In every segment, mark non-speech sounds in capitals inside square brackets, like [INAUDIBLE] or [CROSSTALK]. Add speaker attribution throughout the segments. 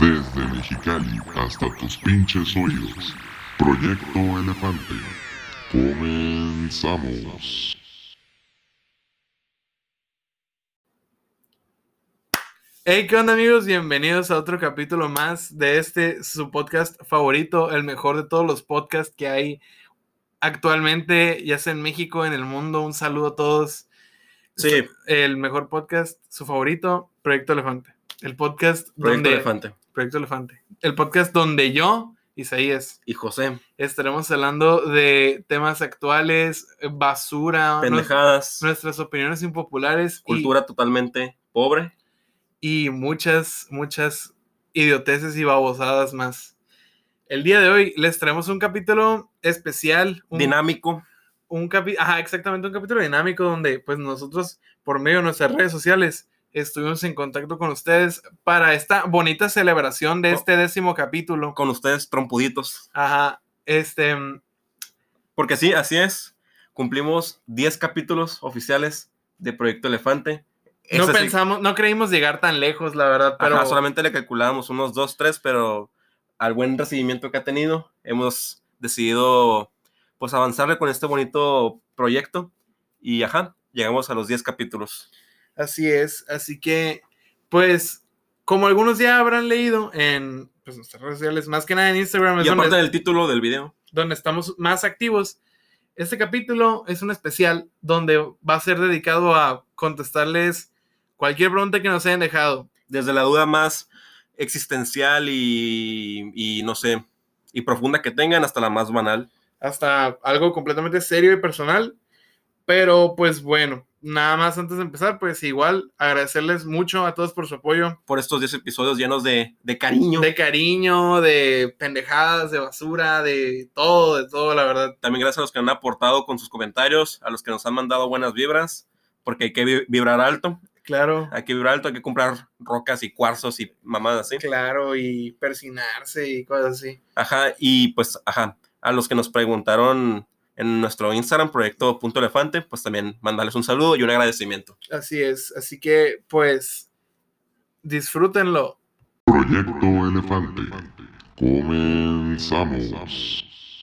Speaker 1: Desde Mexicali hasta tus pinches hoyos. Proyecto Elefante. Comenzamos.
Speaker 2: Hey, ¿qué onda amigos? Bienvenidos a otro capítulo más de este, su podcast favorito, el mejor de todos los podcasts que hay actualmente, ya sea en México, en el mundo. Un saludo a todos.
Speaker 3: Sí,
Speaker 2: El mejor podcast, su favorito, Proyecto Elefante. El podcast
Speaker 3: Proyecto
Speaker 2: donde...
Speaker 3: Elefante.
Speaker 2: Proyecto Elefante. El podcast donde yo, Isaías,
Speaker 3: Y José,
Speaker 2: estaremos hablando de temas actuales, basura, nues-
Speaker 3: pendejadas,
Speaker 2: nuestras opiniones impopulares y-
Speaker 3: cultura totalmente pobre.
Speaker 2: y muchas, muchas idioteces y babosadas más. El día de hoy les traemos un capítulo especial, un,
Speaker 3: dinámico.
Speaker 2: un capi- ajá, exactamente un capítulo dinámico donde pues nosotros por medio de nuestras redes sociales estuvimos en contacto con ustedes para esta bonita celebración de
Speaker 3: Co-
Speaker 2: este décimo capítulo.
Speaker 3: Con ustedes trompuditos.
Speaker 2: Ajá, este, mm,
Speaker 3: Porque sí, así es. Cumplimos 10 capítulos oficiales de Proyecto
Speaker 2: no
Speaker 3: Elefante. Ese Este sí-
Speaker 2: pensamos, no creímos llegar tan lejos, la verdad,
Speaker 3: Ajá,
Speaker 2: pero
Speaker 3: solamente le calculábamos unos 2, 3, pero al buen recibimiento que ha tenido, hemos decidido pues avanzarle con este bonito proyecto. Y ajá, llegamos a los 10 capítulos.
Speaker 2: Así es, así que, pues, como algunos ya habrán leído en pues, nuestras redes sociales, más que nada en Instagram, es
Speaker 3: Y aparte
Speaker 2: donde,
Speaker 3: del título del video,
Speaker 2: donde estamos más activos. Este capítulo es un especial donde va a ser dedicado a contestarles cualquier pregunta que nos hayan dejado.
Speaker 3: desde la duda más existencial y, y no sé, y profunda que tengan hasta la más banal.
Speaker 2: hasta algo completamente serio y personal. Pero pues bueno, nada más antes de empezar, pues igual agradecerles mucho a todos por su apoyo,
Speaker 3: Por estos 10 episodios llenos de, de cariño.
Speaker 2: de cariño, de pendejadas, de basura, de todo, de todo, la verdad.
Speaker 3: También gracias a los que han aportado con sus comentarios, a los que nos han mandado buenas vibras, porque hay que vi- vibrar alto,
Speaker 2: Claro,
Speaker 3: hay que vibrar alto, hay que comprar rocas y cuarzos y mamadas así.
Speaker 2: claro, y persinarse y cosas así.
Speaker 3: Ajá, y pues, ajá, a los que nos preguntaron en nuestro Instagram, proyecto Punto Elefante, pues también mandarles un saludo y un agradecimiento.
Speaker 2: Así es, así que pues disfrútenlo.
Speaker 1: Proyecto Elefante. Comenzamos.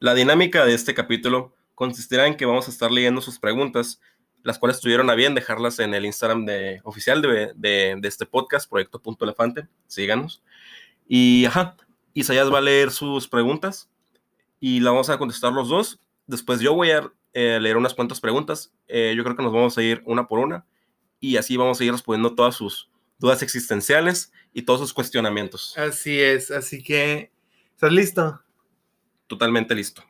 Speaker 3: La dinámica de este capítulo consistirá en que vamos a estar leyendo sus preguntas, las cuales tuvieron a bien dejarlas en el Instagram de, oficial de, de- de este podcast, Proyecto Punto Elefante. Síganos. Y ajá, Isaías va a leer sus preguntas y la vamos a contestar los dos. Después yo voy a eh, leer unas cuantas preguntas. Eh, yo creo que nos vamos a ir una por una y así vamos a ir respondiendo todas sus dudas existenciales y todos sus cuestionamientos.
Speaker 2: Así es, así que ¿estás listo?
Speaker 3: Totalmente listo.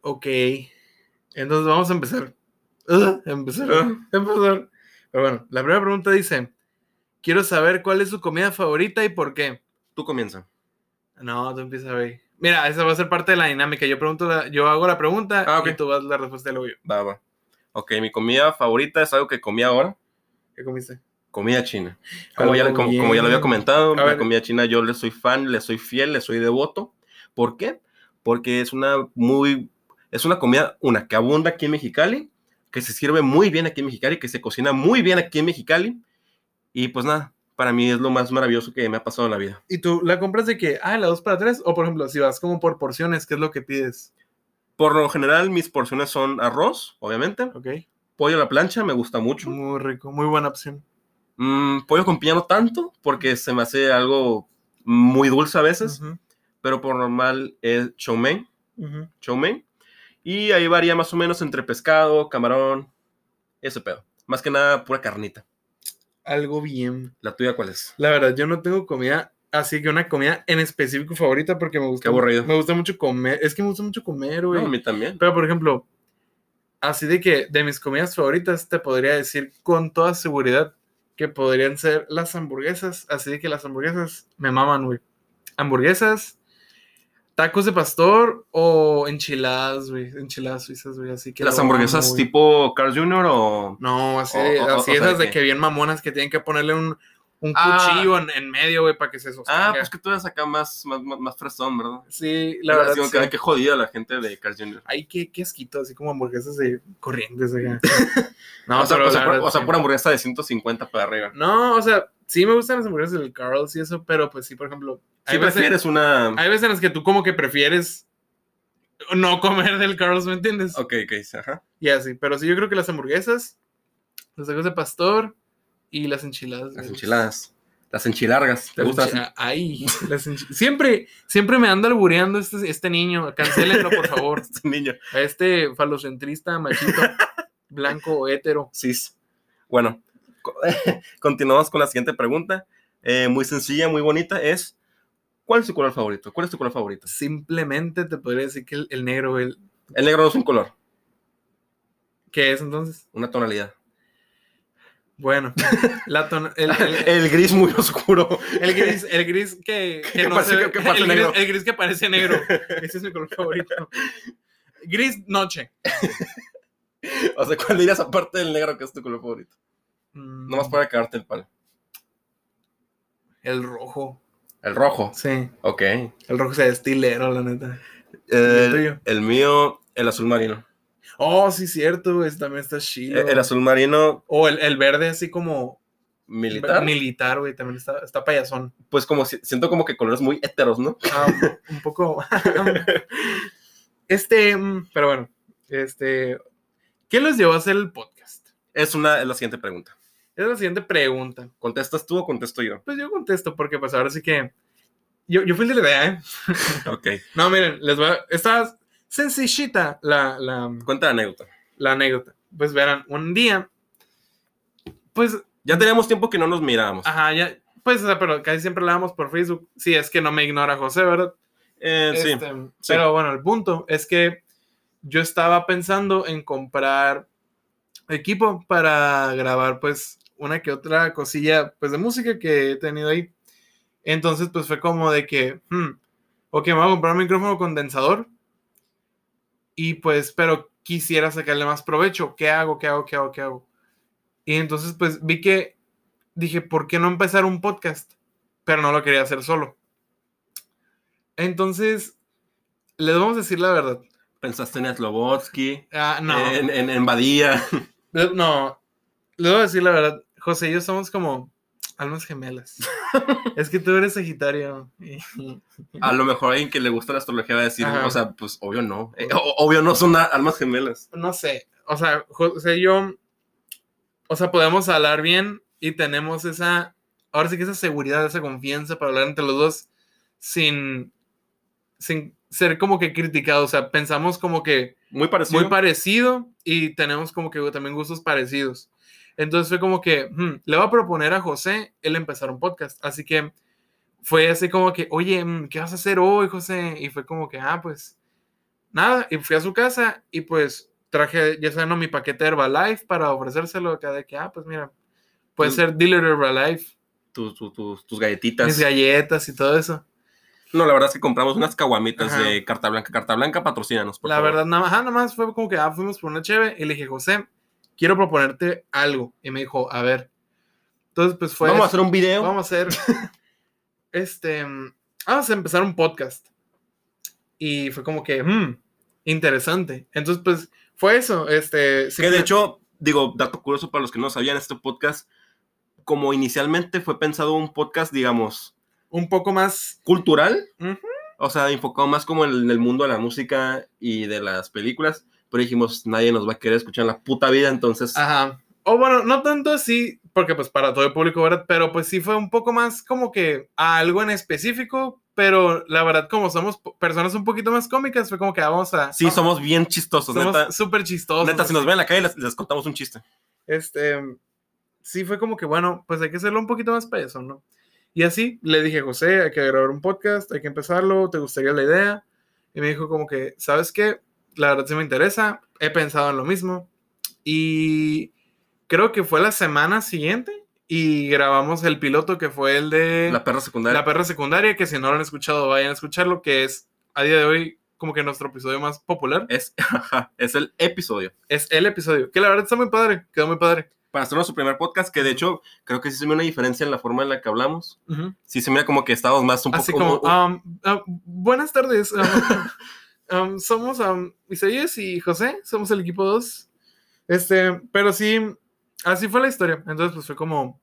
Speaker 2: Ok. Entonces vamos a empezar. Ugh, empezar.
Speaker 3: Ah.
Speaker 2: [LAUGHS] Empezar. Pero bueno, la primera pregunta dice: Quiero saber cuál es su comida favorita y por qué.
Speaker 3: Tú comienza.
Speaker 2: No, tú empiezas a ver. Mira, esa va a ser parte de la dinámica. Yo pregunto, la- yo hago la pregunta
Speaker 3: Ah, ok.
Speaker 2: y tú vas la respuesta y luego yo.
Speaker 3: Va, va. Ok, mi comida favorita es algo que comí ahora,
Speaker 2: ¿Qué comiste?
Speaker 3: comida china. Como ya,
Speaker 2: Algo
Speaker 3: como- como ya lo había
Speaker 2: bien.
Speaker 3: comentado, la
Speaker 2: ver.
Speaker 3: comida china yo le soy fan, le soy fiel, le soy devoto. ¿Por qué? Porque es una muy, es una comida, una que abunda aquí en Mexicali, que se sirve muy bien aquí en Mexicali, que se cocina muy bien aquí en Mexicali. Y pues nada, para mí es lo más maravilloso que me ha pasado en la vida.
Speaker 2: ¿Y tú la compras de que, ah, la dos para tres? O por ejemplo, si vas como por porciones, ¿qué es lo que pides?
Speaker 3: Por lo general, mis porciones son arroz, obviamente.
Speaker 2: Ok.
Speaker 3: Pollo a la plancha, me gusta mucho.
Speaker 2: Muy rico, muy buena opción.
Speaker 3: Mm, pollo con piña no tanto, porque se me hace algo muy dulce a veces,
Speaker 2: Ujú,
Speaker 3: pero por normal es chow mein,
Speaker 2: ujú.
Speaker 3: chow mein, Y ahí varía más o menos entre pescado, camarón, ese pedo. Más que nada pura carnita.
Speaker 2: Algo bien.
Speaker 3: ¿La tuya cuál es?
Speaker 2: La verdad, yo no tengo comida, así que una comida en específico favorita porque me gusta.
Speaker 3: Qué aburrido.
Speaker 2: Me gusta mucho comer. Es que me gusta mucho comer,
Speaker 3: No,
Speaker 2: güey.
Speaker 3: a mí también.
Speaker 2: Pero, por ejemplo, así de que de mis comidas favoritas te podría decir con toda seguridad que podrían ser las hamburguesas. Así de que las hamburguesas me maman, güey. Hamburguesas, tacos de pastor o enchiladas, güey. Enchiladas suizas, güey. Así que.
Speaker 3: ¿Las
Speaker 2: lo amo,
Speaker 3: hamburguesas
Speaker 2: güey.
Speaker 3: tipo Carl Jr. o...?
Speaker 2: No, así,
Speaker 3: O- o- o
Speaker 2: así
Speaker 3: sea,
Speaker 2: esas de
Speaker 3: ¿de qué?
Speaker 2: que bien mamonas que tienen que ponerle un, un
Speaker 3: Ah.
Speaker 2: cuchillo en, en medio, güey, para que se sostenga.
Speaker 3: Ah, pues que tú eres acá más, más, más, más fresón, ¿verdad?
Speaker 2: Sí, la
Speaker 3: Así
Speaker 2: verdad.
Speaker 3: como
Speaker 2: sí.
Speaker 3: que, ay, qué jodida la gente de Carl Jr.
Speaker 2: Ay, qué, qué asquito, así como hamburguesas de corrientes.
Speaker 3: [LAUGHS]
Speaker 2: acá.
Speaker 3: o sea,
Speaker 2: pero
Speaker 3: o sea,
Speaker 2: la
Speaker 3: pura-
Speaker 2: verdad,
Speaker 3: o sea,
Speaker 2: sí.
Speaker 3: pura hamburguesa de 150 para arriba.
Speaker 2: No, o sea, sí me gustan las hamburguesas del Carl's y eso, pero pues sí, por ejemplo.
Speaker 3: Si
Speaker 2: veces-
Speaker 3: prefieres una...
Speaker 2: Hay veces en las que tú como que prefieres no comer del Carl's, ¿me entiendes?
Speaker 3: Ok, ok, sí, ajá.
Speaker 2: Y así, pero sí, yo creo que las hamburguesas, los tacos de pastor y las enchiladas.
Speaker 3: Las
Speaker 2: güey.
Speaker 3: enchiladas. Las enchilargas. ¿Te
Speaker 2: Las
Speaker 3: gustan? [LAUGHS]
Speaker 2: enchi- Ay, las enchi- siempre, siempre me anda albureando este, este niño. Cancélenlo, por favor.
Speaker 3: Este niño.
Speaker 2: A este falocentrista
Speaker 3: [LAUGHS]
Speaker 2: machito, blanco, hétero.
Speaker 3: Cis. Bueno, co- [LAUGHS] continuamos con la siguiente pregunta. eh, muy sencilla, muy bonita. Es, ¿cuál es tu color favorito? ¿Cuál es tu color favorito?
Speaker 2: Simplemente te podría decir que el, el negro, el,
Speaker 3: El negro no es un color,
Speaker 2: ¿qué es entonces?
Speaker 3: una tonalidad. [LAUGHS]
Speaker 2: Bueno, la ton- el, el-
Speaker 3: El gris muy [LAUGHS] oscuro.
Speaker 2: El gris, el gris
Speaker 3: [LAUGHS]
Speaker 2: que, que
Speaker 3: Que
Speaker 2: no
Speaker 3: parece-
Speaker 2: se ve-
Speaker 3: que parece
Speaker 2: el, gris,
Speaker 3: negro.
Speaker 2: el gris que parece negro.
Speaker 3: [LAUGHS]
Speaker 2: Ese es mi color favorito. Gris noche.
Speaker 3: O sea, ¿cuál dirías aparte del negro que es tu color favorito?
Speaker 2: Mm.
Speaker 3: Nomás para cagarte el palo.
Speaker 2: El rojo.
Speaker 3: El rojo.
Speaker 2: Sí.
Speaker 3: Ok. El,
Speaker 2: El rojo se ve estilero, la neta. el tuyo?
Speaker 3: el mío, el azul marino.
Speaker 2: Oh, sí, cierto, güey. ese También está
Speaker 3: El,
Speaker 2: chido.
Speaker 3: el azul marino
Speaker 2: O el, el verde así como
Speaker 3: militar.
Speaker 2: militar, güey. También está, está payasón.
Speaker 3: Pues como si- siento como que colores muy heteros, ¿no?
Speaker 2: Ah, un- un poco. este, mm, pero bueno. Este. ¿Qué los llevó a hacer el podcast?
Speaker 3: Es una, es la siguiente pregunta.
Speaker 2: Esa es la siguiente pregunta.
Speaker 3: ¿Contestas tú o contesto yo?
Speaker 2: Pues yo contesto, porque pues ahora sí que. Yo, yo fui el de la idea, ¿eh?
Speaker 3: Ok.
Speaker 2: No, miren, les voy a. Está sencillita la, la,
Speaker 3: Cuenta la anécdota.
Speaker 2: la anécdota. Pues verán, un día. Pues,
Speaker 3: Ya teníamos tiempo que no nos mirábamos.
Speaker 2: ajá, ya. Pues, o sea, pero casi siempre hablábamos por Facebook. Sí, es que no me ignora José, ¿verdad?
Speaker 3: Eh, sí.
Speaker 2: Este, Pero bueno, el punto es que yo estaba pensando en comprar equipo para grabar pues una que otra cosilla pues de música que he tenido ahí. Entonces pues fue como de que, hmm, ok, me voy a comprar un micrófono condensador y pues, pero quisiera sacarle más provecho. ¿Qué hago? ¿Qué hago? ¿Qué hago? ¿Qué hago? Y entonces pues vi que dije, ¿por qué no empezar un podcast? Pero no lo quería hacer solo. Entonces, les vamos a decir la verdad.
Speaker 3: Pensaste en Slobodsky,
Speaker 2: Ah, no.
Speaker 3: en, en, en Badía.
Speaker 2: Le- No. Les voy a decir la verdad. José y yo somos como almas gemelas. es que tú eres Sagitario. y-
Speaker 3: A lo mejor alguien que le gusta la astrología va a decir,
Speaker 2: Ajá.
Speaker 3: o sea, pues obvio no. Eh, o- obvio no son a- almas gemelas.
Speaker 2: no sé. O sea, José y yo. O sea, podemos hablar bien y tenemos esa. Ahora sí que esa seguridad, esa confianza para hablar entre los dos sin. sin ser como que criticados. O sea, pensamos como que.
Speaker 3: Muy parecido.
Speaker 2: muy parecido y tenemos como que también gustos parecidos. Entonces fue como que hmm, le voy a proponer a José el empezar un podcast. Así que fue así como que, oye, mm, ¿qué vas a hacer hoy, José? Y fue como que, ah, pues nada. Y fui a su casa y pues traje, ya saben, ¿no? mi paquete de Herbalife para ofrecérselo acá de que, ah, pues mira, puede
Speaker 3: Mm.
Speaker 2: ser dealer de Herbalife,
Speaker 3: Tus- tus- tus- tus galletitas.
Speaker 2: mis galletas y todo eso.
Speaker 3: No, la verdad es que compramos unas caguamitas
Speaker 2: Ajá.
Speaker 3: de Carta Blanca. Carta Blanca, patrocínanos, por
Speaker 2: la
Speaker 3: favor.
Speaker 2: verdad, nada más, ajá, nada más fue como que ah, fuimos por una cheve y le dije, José, quiero proponerte algo. Y me dijo, a ver. Entonces, pues fue.
Speaker 3: Vamos a hacer un video.
Speaker 2: Vamos a hacer.
Speaker 3: [LAUGHS]
Speaker 2: este. mm, Vamos a empezar un podcast. Y fue como que, mm, interesante. Entonces, pues fue eso. Este.
Speaker 3: que de
Speaker 2: simple-
Speaker 3: hecho, digo, dato curioso para los que no sabían, este podcast, como inicialmente fue pensado un podcast, digamos,
Speaker 2: Un poco más.
Speaker 3: cultural,
Speaker 2: Ujú.
Speaker 3: o sea, enfocado más como en, en el mundo de la música y de las películas, pero dijimos, nadie nos va a querer escuchar en la puta vida, entonces,
Speaker 2: Ajá. O bueno, no tanto así, porque pues para todo el público, ¿verdad? Pero pues sí fue un poco más como que a algo en específico, pero la verdad como somos po- personas un poquito más cómicas, fue como que ah, vamos a...
Speaker 3: sí,
Speaker 2: ah,
Speaker 3: somos bien chistosos, neta,
Speaker 2: somos súper chistosos.
Speaker 3: neta, si nos
Speaker 2: así.
Speaker 3: ven en la calle les, les contamos un chiste.
Speaker 2: Este, sí fue como que, bueno, pues hay que hacerlo un poquito más payaso, ¿no? Y así le dije, José, hay que grabar un podcast, hay que empezarlo, ¿te gustaría la idea? Y me dijo como que, ¿sabes qué? La verdad sí me interesa, he pensado en lo mismo. Y creo que fue la semana siguiente y grabamos el piloto que fue el de
Speaker 3: La perra secundaria.
Speaker 2: La perra secundaria, que si no lo han escuchado, vayan a escucharlo, que es a día de hoy como que nuestro episodio más popular.
Speaker 3: es, [LAUGHS] ajá, es el episodio.
Speaker 2: Es el episodio, que la verdad está muy padre, quedó muy padre.
Speaker 3: para hacer nuestro primer podcast, que de hecho creo que sí se ve una diferencia en la forma en la que hablamos.
Speaker 2: Ujú.
Speaker 3: Sí se mira como que estábamos más un
Speaker 2: Así como,
Speaker 3: poco... un-
Speaker 2: um, um, buenas tardes.
Speaker 3: [LAUGHS]
Speaker 2: um, um, somos um, Isaías y José, somos el equipo 2. Este, pero sí, así fue la historia. Entonces, pues fue como,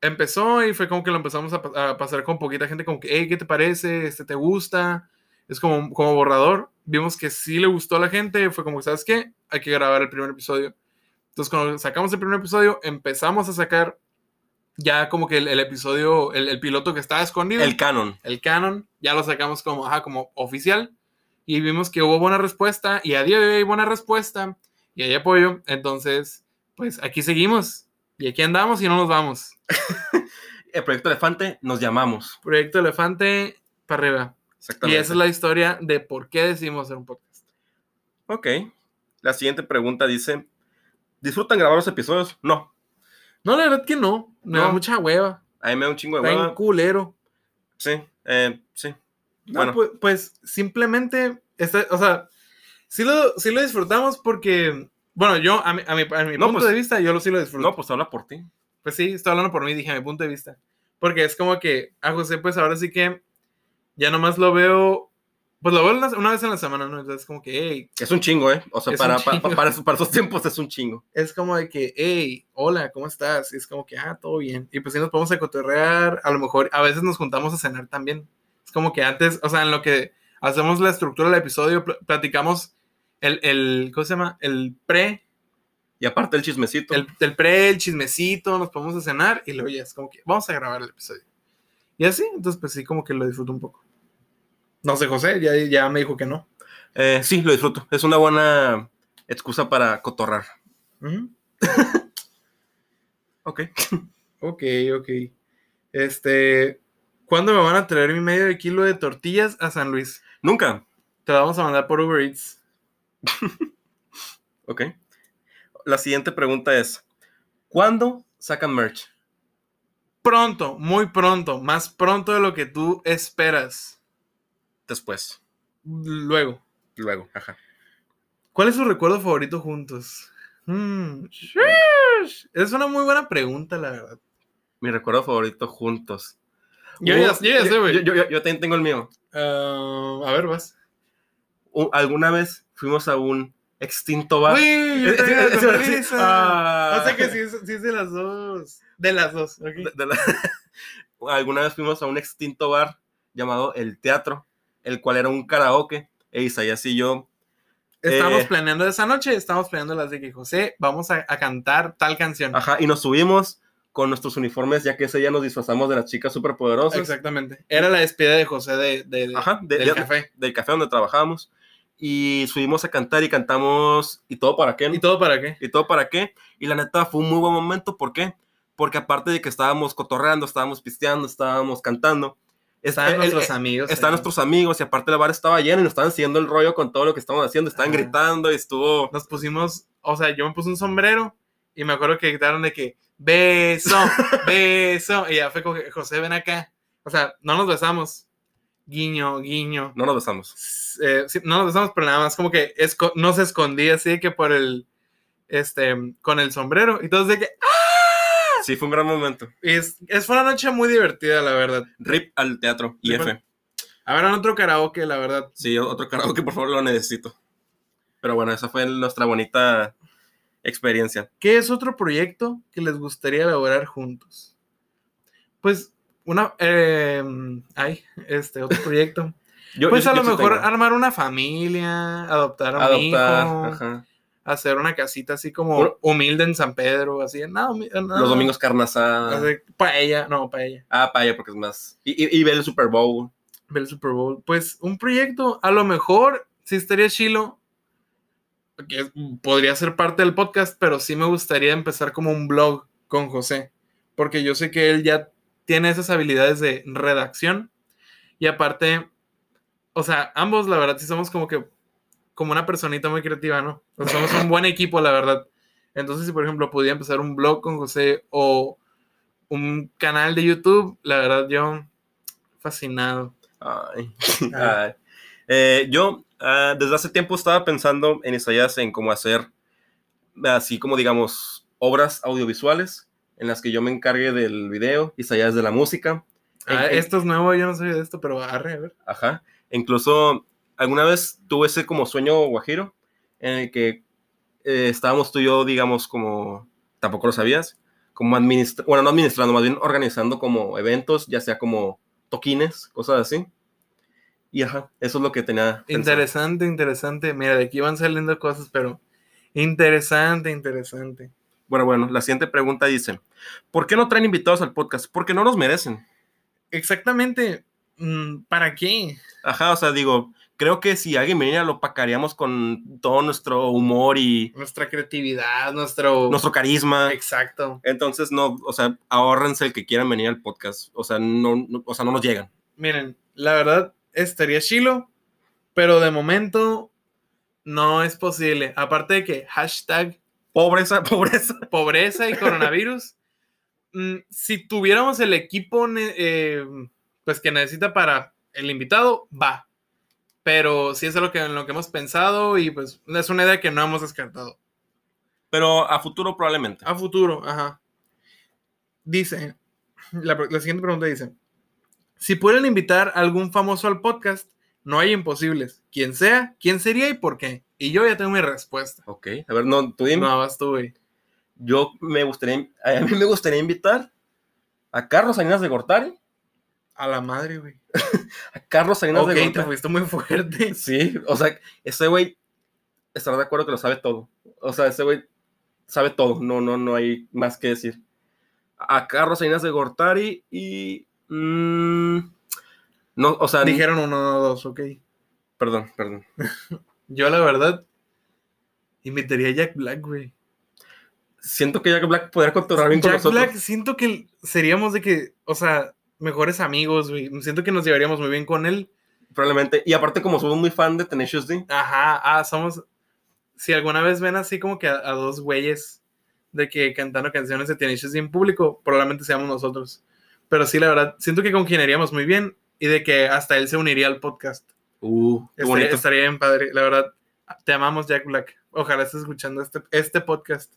Speaker 2: empezó y fue como que lo empezamos a, pa- a pasar con poquita gente, como que, hey, ¿qué te parece? Este, ¿te gusta? Es como, como borrador. Vimos que sí le gustó a la gente, fue como, ¿sabes qué? Hay que grabar el primer episodio. Entonces, cuando sacamos el primer episodio, empezamos a sacar ya como que el, el episodio, el, el piloto que estaba escondido
Speaker 3: el canon.
Speaker 2: el canon, ya lo sacamos como, ajá, como oficial y vimos que hubo buena respuesta y a día de hoy hay buena respuesta y hay apoyo, entonces pues aquí seguimos y aquí andamos y no nos vamos.
Speaker 3: El proyecto Elefante nos llamamos.
Speaker 2: Proyecto Elefante para arriba. Y
Speaker 3: Exactamente.
Speaker 2: esa es la historia de por qué decidimos hacer un podcast.
Speaker 3: Ok. La siguiente pregunta dice, ¿disfrutan grabar los episodios? No.
Speaker 2: No, la verdad que no, me da
Speaker 3: No.
Speaker 2: mucha hueva,
Speaker 3: A mí me da un chingo de
Speaker 2: está
Speaker 3: hueva.
Speaker 2: en culero.
Speaker 3: Sí, eh, sí.
Speaker 2: No,
Speaker 3: Bueno.
Speaker 2: pues, pues, simplemente, está- o sea, sí lo, sí lo disfrutamos porque, bueno, yo a mi, a mi- a mi
Speaker 3: No,
Speaker 2: punto
Speaker 3: pues-
Speaker 2: de vista, yo lo sí lo disfruto.
Speaker 3: No, pues habla por ti.
Speaker 2: pues sí, estoy hablando por mí, dije, a mi punto de vista. Porque es como que a José, pues ahora sí que ya nomás lo veo, pues lo veo una, una vez en la semana, ¿no? Entonces, como que, hey,
Speaker 3: Es un chingo, ¿eh? O sea,
Speaker 2: Es
Speaker 3: para,
Speaker 2: un
Speaker 3: pa- pa-
Speaker 2: chingo.
Speaker 3: para, esos- para esos tiempos es un chingo.
Speaker 2: es como de que, hey, hola, ¿cómo estás? Y es como que, ah, todo bien. Y pues sí nos podemos a cotorrear, a lo mejor a veces nos juntamos a cenar también. Es como que antes, o sea, en lo que hacemos la estructura del episodio, pl- platicamos el, el ¿cómo se llama? El pre,
Speaker 3: Y aparte el chismecito.
Speaker 2: el, el pre, el chismecito, nos podemos a cenar y luego ya es como que vamos a grabar el episodio. Y así, entonces pues sí, como que lo disfruto un poco. No sé, José, ya, ya me dijo que no.
Speaker 3: Eh, sí, lo disfruto. Es una buena excusa para cotorrar.
Speaker 2: Ujú.
Speaker 3: Ok.
Speaker 2: Ok, ok. Este, ¿cuándo me van a traer mi medio de kilo de tortillas a San Luis?
Speaker 3: Nunca.
Speaker 2: Te la vamos a mandar por Uber Eats.
Speaker 3: Ok. La siguiente pregunta es, ¿cuándo sacan merch?
Speaker 2: Pronto, muy pronto, más pronto de lo que tú esperas.
Speaker 3: Después.
Speaker 2: Luego,
Speaker 3: Luego. Ajá.
Speaker 2: ¿cuál es su recuerdo favorito juntos? Mm, sheesh. Es una muy buena pregunta, la verdad.
Speaker 3: Mi recuerdo favorito juntos.
Speaker 2: Yo
Speaker 3: Hubo-
Speaker 2: ya, yo ya sé, güey.
Speaker 3: Yo, yo- yo- yo también tengo el mío.
Speaker 2: Ah, a ver, vas.
Speaker 3: U- Alguna vez fuimos a un extinto bar.
Speaker 2: Güey, yo
Speaker 3: Eh,
Speaker 2: traigo
Speaker 3: eh,
Speaker 2: la
Speaker 3: eh,
Speaker 2: sonrisa.
Speaker 3: ah.
Speaker 2: O sea que sí es, sí es de las dos. De las dos, ok.
Speaker 3: de- de la- [LAUGHS] Alguna vez fuimos a un extinto bar llamado El Teatro, el cual era un karaoke. E Isaías y yo,
Speaker 2: Estamos
Speaker 3: eh.
Speaker 2: planeando esa noche, estamos planeando las de que José, vamos a, a cantar tal canción.
Speaker 3: ajá, y nos subimos con nuestros uniformes, ya que ese día nos disfrazamos de las chicas superpoderosas.
Speaker 2: Exactamente. Era la despedida de José de, de- de-
Speaker 3: Ajá, de-
Speaker 2: del
Speaker 3: de-
Speaker 2: café.
Speaker 3: del café donde trabajábamos. Y subimos a cantar y cantamos ¿Y todo para qué? no?
Speaker 2: ¿Y todo para qué?
Speaker 3: ¿Y todo para qué? Y la neta fue un muy buen momento, ¿por qué? Porque aparte de que estábamos cotorreando, estábamos pisteando, estábamos cantando,
Speaker 2: Estaban
Speaker 3: el- el-
Speaker 2: nuestros amigos.
Speaker 3: están
Speaker 2: ahí.
Speaker 3: nuestros amigos y aparte el bar estaba lleno y nos estaban siguiendo el rollo con todo lo que estaban haciendo, estaban
Speaker 2: Ajá.
Speaker 3: gritando y estuvo...
Speaker 2: Nos pusimos, o sea, yo me puse un sombrero y me acuerdo que gritaron de que beso, beso. Y ya fue como que José, ven acá. O sea, no nos besamos. Guiño, guiño.
Speaker 3: No nos besamos.
Speaker 2: s- eh, sí, no nos besamos, pero nada más como que esco- no se escondía así de que por el, este, con el sombrero. Y todos de que, ¡ah!
Speaker 3: Sí, fue un gran momento.
Speaker 2: es, es- fue una noche muy divertida, la verdad.
Speaker 3: Rip al teatro,
Speaker 2: Sí,
Speaker 3: IF.
Speaker 2: bueno. Habrá otro karaoke, la verdad.
Speaker 3: Sí, otro karaoke, por favor, lo necesito. Pero bueno, esa fue nuestra bonita experiencia.
Speaker 2: ¿Qué es otro proyecto que les gustaría elaborar juntos? Pues, una, eh, ay, este, otro proyecto.
Speaker 3: [LAUGHS] Yo-
Speaker 2: Pues
Speaker 3: yo-
Speaker 2: a
Speaker 3: yo
Speaker 2: lo
Speaker 3: sí
Speaker 2: mejor
Speaker 3: tengo.
Speaker 2: armar una familia, adoptar a un
Speaker 3: adoptar,
Speaker 2: hijo,
Speaker 3: ajá.
Speaker 2: hacer una casita así como
Speaker 3: Uno-
Speaker 2: humilde en San Pedro, así, nada,
Speaker 3: los domingos carne asada.
Speaker 2: Para ella, no, para ella.
Speaker 3: Ah, para allá porque es más. Y, y, y ver el Super Bowl.
Speaker 2: ver el Super Bowl. Pues un proyecto, a lo mejor sí estaría chilo, que es- podría ser parte del podcast, pero sí me gustaría empezar como un blog con José, porque yo sé que él ya tiene esas habilidades de redacción y aparte, o sea, ambos la verdad sí somos como que, como una personita muy creativa, ¿no? O sea, somos un buen equipo, la verdad. Entonces, si por ejemplo pudiera empezar un blog con José o un canal de YouTube, la verdad yo fascinado.
Speaker 3: Ay.
Speaker 2: Ah.
Speaker 3: Ay. Eh, yo ah, desde hace tiempo estaba pensando en Isaías en cómo hacer, así como digamos, obras audiovisuales en las que yo me encargue del video, Isaías de la música.
Speaker 2: Ah,
Speaker 3: En- en-
Speaker 2: esto es nuevo, yo no sabía de esto, pero arre, a ver.
Speaker 3: Ajá. Incluso alguna vez tuve ese como sueño guajiro en el que eh, estábamos tú y yo, digamos, como, tampoco lo sabías, como administrando, bueno, no administrando, más bien organizando como eventos, ya sea como toquines, cosas así. Y ajá, eso es lo que tenía. pensado.
Speaker 2: Interesante, interesante. Mira, de aquí van saliendo cosas, pero interesante, interesante.
Speaker 3: Bueno, bueno, la siguiente pregunta dice, ¿por qué no traen invitados al podcast? Porque no los merecen.
Speaker 2: Exactamente, mm, ¿para qué?
Speaker 3: Ajá, o sea, digo, creo que si alguien viniera lo pacaríamos con todo nuestro humor y
Speaker 2: Nuestra creatividad, nuestro...
Speaker 3: nuestro carisma.
Speaker 2: Exacto.
Speaker 3: Entonces, no, o sea, ahórrense el que quieran venir al podcast. O sea, no, no- o sea, no nos llegan.
Speaker 2: Miren, la verdad estaría chilo, pero de momento no es posible. Aparte de que hashtag
Speaker 3: Pobreza, [LAUGHS] pobreza.
Speaker 2: pobreza y coronavirus, mm, si tuviéramos el equipo ne- eh, pues que necesita para el invitado, va. Pero sí es lo que, en lo que hemos pensado y pues es una idea que no hemos descartado.
Speaker 3: Pero a futuro probablemente.
Speaker 2: A futuro, ajá. Dice, la, pro- la siguiente pregunta dice, si pudieran invitar a algún famoso al podcast, no hay imposibles. Quien sea, quién sería y por qué. Y yo ya tengo mi respuesta.
Speaker 3: Ok, a ver, no, tú dime.
Speaker 2: No, vas tú, güey.
Speaker 3: Yo me gustaría, a mí me gustaría invitar a Carlos Salinas de Gortari.
Speaker 2: A la madre, güey.
Speaker 3: A Carlos Salinas
Speaker 2: Ok,
Speaker 3: de
Speaker 2: te
Speaker 3: Gortari.
Speaker 2: fuiste muy fuerte.
Speaker 3: Sí, o sea, ese güey estará de acuerdo que lo sabe todo. O sea, ese güey sabe todo. No, no, no hay más que decir. A Carlos Salinas de Gortari y. mm, no, o sea,
Speaker 2: Dijeron uno o dos, ok.
Speaker 3: perdón, perdón.
Speaker 2: Yo la verdad invitaría a Jack Black, güey.
Speaker 3: siento que Jack Black podría controlar bien con
Speaker 2: Jack
Speaker 3: nosotros.
Speaker 2: Black, siento que seríamos de que, o sea, mejores amigos, güey. Siento que nos llevaríamos muy bien con él.
Speaker 3: Probablemente. Y aparte, como soy muy fan de Tenacious D,
Speaker 2: Ajá, ah, somos. Si alguna vez ven así como que a, a dos güeyes de que cantando canciones de Tenacious D en público, probablemente seamos nosotros. Pero sí, la verdad, siento que congeniaríamos muy bien y de que hasta él se uniría al podcast.
Speaker 3: uh, qué
Speaker 2: Estaría,
Speaker 3: bonito.
Speaker 2: estaría bien padre. La verdad, te amamos, Jack Black. Ojalá estés escuchando este, este podcast.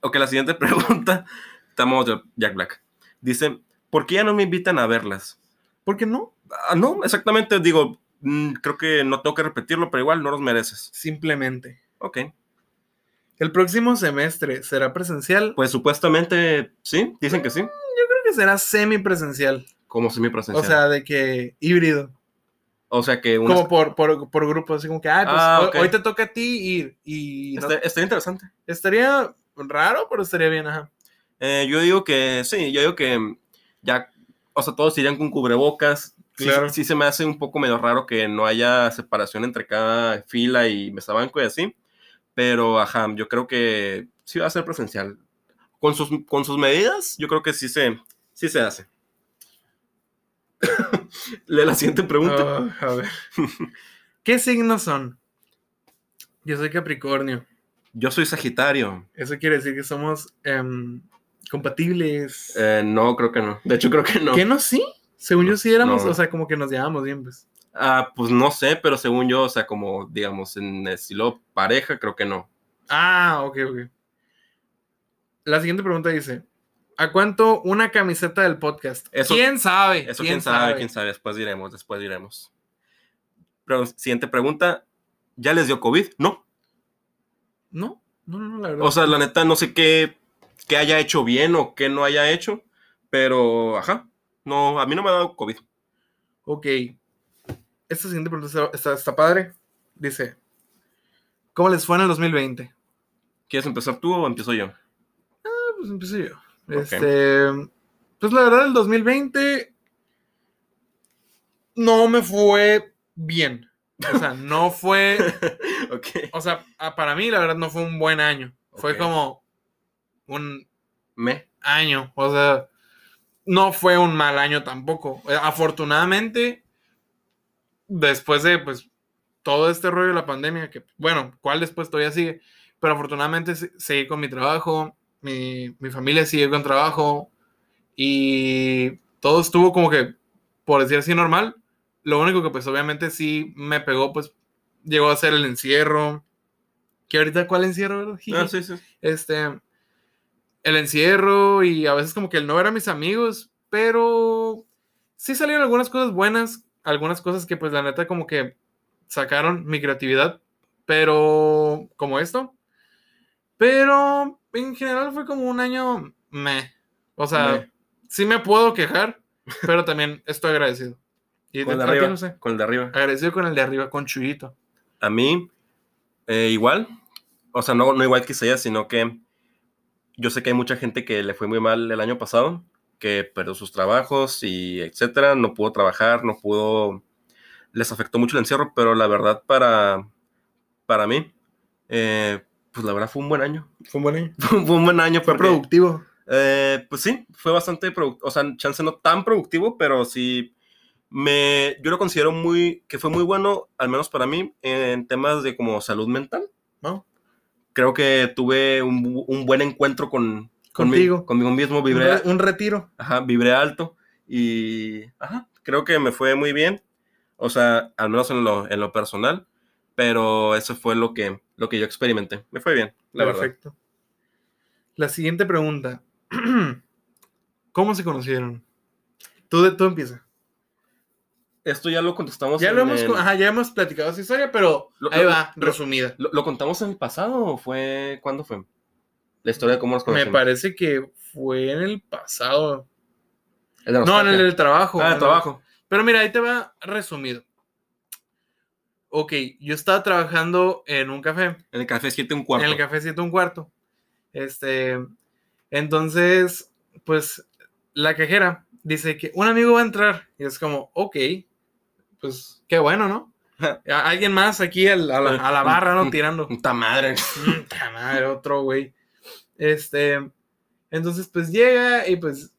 Speaker 3: Ok, la siguiente [LAUGHS] pregunta. Estamos de Jack Black. Dice, ¿por qué ya no me invitan a verlas?
Speaker 2: ¿Por qué no?
Speaker 3: Ah, no, exactamente. Digo, mm, creo que no tengo que repetirlo, pero igual no los mereces.
Speaker 2: Simplemente.
Speaker 3: Ok.
Speaker 2: El próximo semestre será presencial.
Speaker 3: Pues supuestamente, sí, dicen que sí.
Speaker 2: Creo que será semipresencial.
Speaker 3: Como semipresencial.
Speaker 2: O sea, de que híbrido.
Speaker 3: o sea que unas-
Speaker 2: Como por, por, por grupos, así como que, ah, pues
Speaker 3: Ah,
Speaker 2: hoy-
Speaker 3: ok. Este-
Speaker 2: hoy te toca a ti ir. Y no-
Speaker 3: está, está interesante.
Speaker 2: estaría raro, pero estaría bien, ajá.
Speaker 3: Eh, yo digo que sí, yo digo que mm, ya, o sea, todos irían con cubrebocas. Sí-
Speaker 2: Claro.
Speaker 3: Sí, se me hace un poco medio raro que no haya separación entre cada fila y mesabanco y así. Pero, ajá, yo creo que sí va a ser presencial. Con sus, con sus medidas, yo creo que sí se, sí se hace. [LAUGHS] Lee la siguiente pregunta.
Speaker 2: Ah,
Speaker 3: [LAUGHS]
Speaker 2: a ver. ¿Qué signos son? Yo soy Capricornio.
Speaker 3: Yo soy Sagitario.
Speaker 2: Eso quiere decir que somos em, compatibles.
Speaker 3: Eh, no, creo que no. De hecho, creo que no.
Speaker 2: ¿Qué no sí? Según yo sí éramos,
Speaker 3: No.
Speaker 2: o sea, como que nos llevábamos bien, pues.
Speaker 3: Ah, pues no sé, pero según yo, o sea, como digamos en estilo pareja, creo que no.
Speaker 2: Ah, ok, ok. La siguiente pregunta dice: ¿A cuánto una camiseta del podcast?
Speaker 3: Eso-
Speaker 2: ¿Quién sabe?
Speaker 3: Eso quién, sabe, quién sabe, después diremos, después diremos. Pero, siguiente pregunta, ¿ya les dio COVID? No.
Speaker 2: No, no, no, la verdad.
Speaker 3: O sea, la neta, no sé qué, qué haya hecho bien o qué no haya hecho, pero, ajá, no, a mí no me ha dado COVID.
Speaker 2: Ok. Esta siguiente pregunta está, está- está padre. Dice, ¿cómo les fue en el 2020?
Speaker 3: ¿Quieres empezar tú o empiezo yo?
Speaker 2: Ah, pues empiezo yo.
Speaker 3: Ok.
Speaker 2: Este, pues la verdad, el 2020 no me fue bien. O sea, no fue...
Speaker 3: ok.
Speaker 2: O sea, a- para mí la verdad no fue un buen año. Fue
Speaker 3: Ok.
Speaker 2: como un
Speaker 3: Me.
Speaker 2: año. O sea, no fue un mal año tampoco. Eh, Afortunadamente, después de pues todo este rollo de la pandemia, que bueno, cuál después todavía sigue, pero afortunadamente se- seguí con mi trabajo, mi, mi familia sigue con trabajo y todo estuvo como que, por decir así, normal. Lo único que pues obviamente sí me pegó, pues llegó a ser el encierro Que ahorita, ¿cuál encierro, verdad?
Speaker 3: Ah, sí, sí.
Speaker 2: Este, el encierro y a veces como que el no ver a mis amigos, pero sí salieron algunas cosas buenas, algunas cosas que pues la neta como que sacaron mi creatividad, pero como esto. Pero en general fue como un año me. O sea,
Speaker 3: Meh.
Speaker 2: sí me puedo quejar, pero también estoy agradecido. Y
Speaker 3: Con el de
Speaker 2: a ti,
Speaker 3: arriba.
Speaker 2: no sé.
Speaker 3: Con el de arriba.
Speaker 2: Agradecido con el de arriba, con Chuyito.
Speaker 3: A mí, eh, igual. O sea, no, no igual que sea, sino que yo sé que hay mucha gente que le fue muy mal el año pasado, que perdió sus trabajos y etcétera, no pudo trabajar, no pudo. Les afectó mucho el encierro, pero la verdad, para, para mí, eh, pues la verdad fue un buen año. [LAUGHS]
Speaker 2: Fue un buen año.
Speaker 3: fue un buen año.
Speaker 2: Fue
Speaker 3: porque-
Speaker 2: productivo.
Speaker 3: Eh, pues sí, fue bastante productivo, o sea, chance no tan productivo, pero sí me, yo lo considero muy, que fue muy bueno, al menos para mí, en temas de como salud mental.
Speaker 2: ¿no?
Speaker 3: Creo que tuve un, bu- un buen encuentro con, conmi-
Speaker 2: Contigo.
Speaker 3: conmigo mismo,
Speaker 2: Un,
Speaker 3: vibré,
Speaker 2: re- un retiro.
Speaker 3: ajá, vibré alto y ajá, creo que me fue muy bien, o sea, al menos en lo, en lo personal, pero eso fue lo que, lo que yo experimenté. Me fue bien, la verdad.
Speaker 2: Perfecto. La siguiente pregunta. [CLEARS THROAT] ¿Cómo se conocieron? Tú, de- tú empieza.
Speaker 3: Esto ya lo contestamos
Speaker 2: Ya
Speaker 3: en
Speaker 2: lo hemos,
Speaker 3: el-
Speaker 2: co- ajá, ya hemos platicado esa historia, pero
Speaker 3: Lo-
Speaker 2: ahí
Speaker 3: lo-
Speaker 2: va,
Speaker 3: lo-
Speaker 2: resumida.
Speaker 3: ¿Lo, lo contamos en el pasado o fue cuándo fue? La historia de cómo nos
Speaker 2: Me
Speaker 3: conocimos.
Speaker 2: parece que fue en el pasado.
Speaker 3: El de los
Speaker 2: No, en
Speaker 3: tacos.
Speaker 2: el, del trabajo.
Speaker 3: Ah,
Speaker 2: en
Speaker 3: el
Speaker 2: el-
Speaker 3: trabajo.
Speaker 2: Pero mira, ahí te va resumido. Ok, yo estaba trabajando en un café.
Speaker 3: En el café 7 un cuarto.
Speaker 2: En el cafecito un cuarto. Este, entonces, pues la cajera dice que un amigo va a entrar y es como, ok, pues qué bueno,
Speaker 3: [LAUGHS]
Speaker 2: ¿no? A- Alguien más aquí al- a, la, a la barra, ¿no? Tirando.
Speaker 3: Puta madre.
Speaker 2: Puta madre, otro güey. Este, entonces pues llega y pues,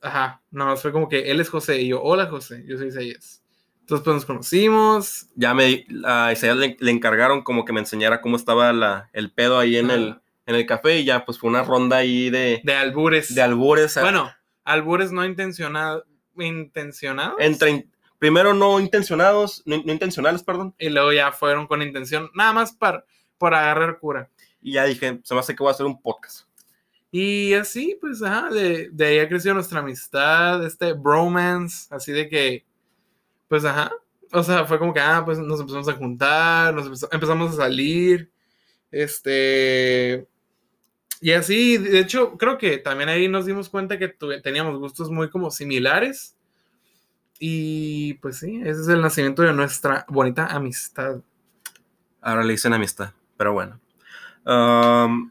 Speaker 2: ajá, nada más fue como que él es José y yo, hola José, yo soy Isaías. Entonces pues nos conocimos,
Speaker 3: Ya me a Isaías le, le encargaron como que me enseñara cómo estaba la, el pedo ahí en
Speaker 2: Ah.
Speaker 3: el, en el café y ya pues fue una ronda ahí de,
Speaker 2: de albures.
Speaker 3: de albures. a-
Speaker 2: Bueno, albures no intencionado, intencionados.
Speaker 3: entre in- primero no intencionados, no, no intencionales, perdón.
Speaker 2: Y luego ya fueron con intención, nada más para, para agarrar cura.
Speaker 3: Y ya dije, se me hace que voy a hacer un podcast.
Speaker 2: Y así, pues, ajá, de, de ahí ha crecido nuestra amistad, este bromance, así de que, pues, ajá. O sea, fue como que, ah, pues nos empezamos a juntar, nos empezó- empezamos a salir, este... Y así, de hecho, creo que también ahí nos dimos cuenta que tuve- teníamos gustos muy como similares. Y pues sí, ese es el nacimiento de nuestra bonita amistad.
Speaker 3: Ahora le dicen amistad, pero bueno. Um,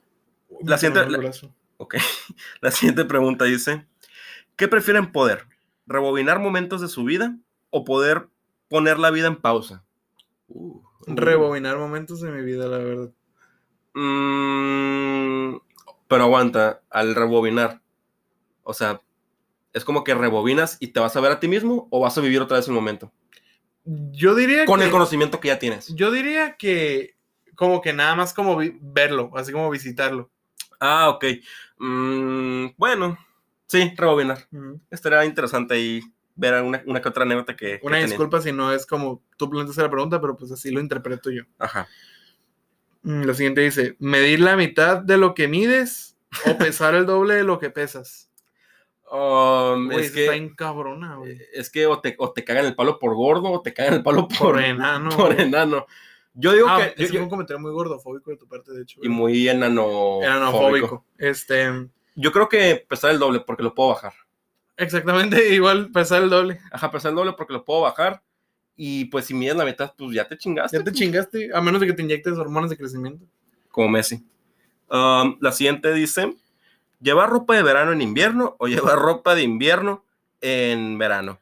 Speaker 3: La siguiente-
Speaker 2: Me duele el brazo.
Speaker 3: Ok. [LAUGHS] La siguiente pregunta dice: ¿Qué prefieren poder? ¿Rebobinar momentos de su vida o poder poner la vida en pausa? Uh, uh.
Speaker 2: Rebobinar momentos de mi vida, la verdad.
Speaker 3: Mm, pero aguanta, al rebobinar. O sea, es como que rebobinas y te vas a ver a ti mismo o vas a vivir otra vez el momento.
Speaker 2: Yo diría
Speaker 3: Con
Speaker 2: que,
Speaker 3: el conocimiento que ya tienes.
Speaker 2: Yo diría que como que nada más como vi- verlo, así como visitarlo.
Speaker 3: Ah, ok. Mm, bueno, sí, rebobinar. Estaría interesante ahí ver una, una que otra anécdota que. que
Speaker 2: Una
Speaker 3: tenía.
Speaker 2: disculpa si no es como tú planteaste la pregunta, pero pues así lo interpreto yo.
Speaker 3: Ajá.
Speaker 2: Mm, Lo siguiente dice, medir la mitad de lo que mides
Speaker 3: [LAUGHS]
Speaker 2: o pesar el doble de lo que pesas.
Speaker 3: Um,
Speaker 2: Güey,
Speaker 3: es
Speaker 2: eso
Speaker 3: que eh,
Speaker 2: está bien cabrona, güey.
Speaker 3: es que o te, o te cagan el palo por gordo o te cagan el palo por,
Speaker 2: Por enano.
Speaker 3: [LAUGHS] por
Speaker 2: güey.
Speaker 3: enano. Yo digo
Speaker 2: Ah,
Speaker 3: que.
Speaker 2: ese
Speaker 3: yo- yo-
Speaker 2: fue un comentario muy gordofóbico de tu parte, de hecho.
Speaker 3: y
Speaker 2: güey.
Speaker 3: muy enano.
Speaker 2: Enanofóbico. Este,
Speaker 3: Yo creo que pesar el doble porque lo puedo bajar.
Speaker 2: exactamente [LAUGHS] igual pesar el doble.
Speaker 3: Ajá, pesar el doble porque lo puedo bajar. Y pues si mides la mitad, pues ya te chingaste.
Speaker 2: Ya te
Speaker 3: [LAUGHS] pues,
Speaker 2: chingaste, a menos de que te inyectes hormonas de crecimiento.
Speaker 3: Como Messi. Um, la siguiente dice: ¿Llevar ropa de verano en invierno o [LAUGHS] llevar ropa de invierno en verano?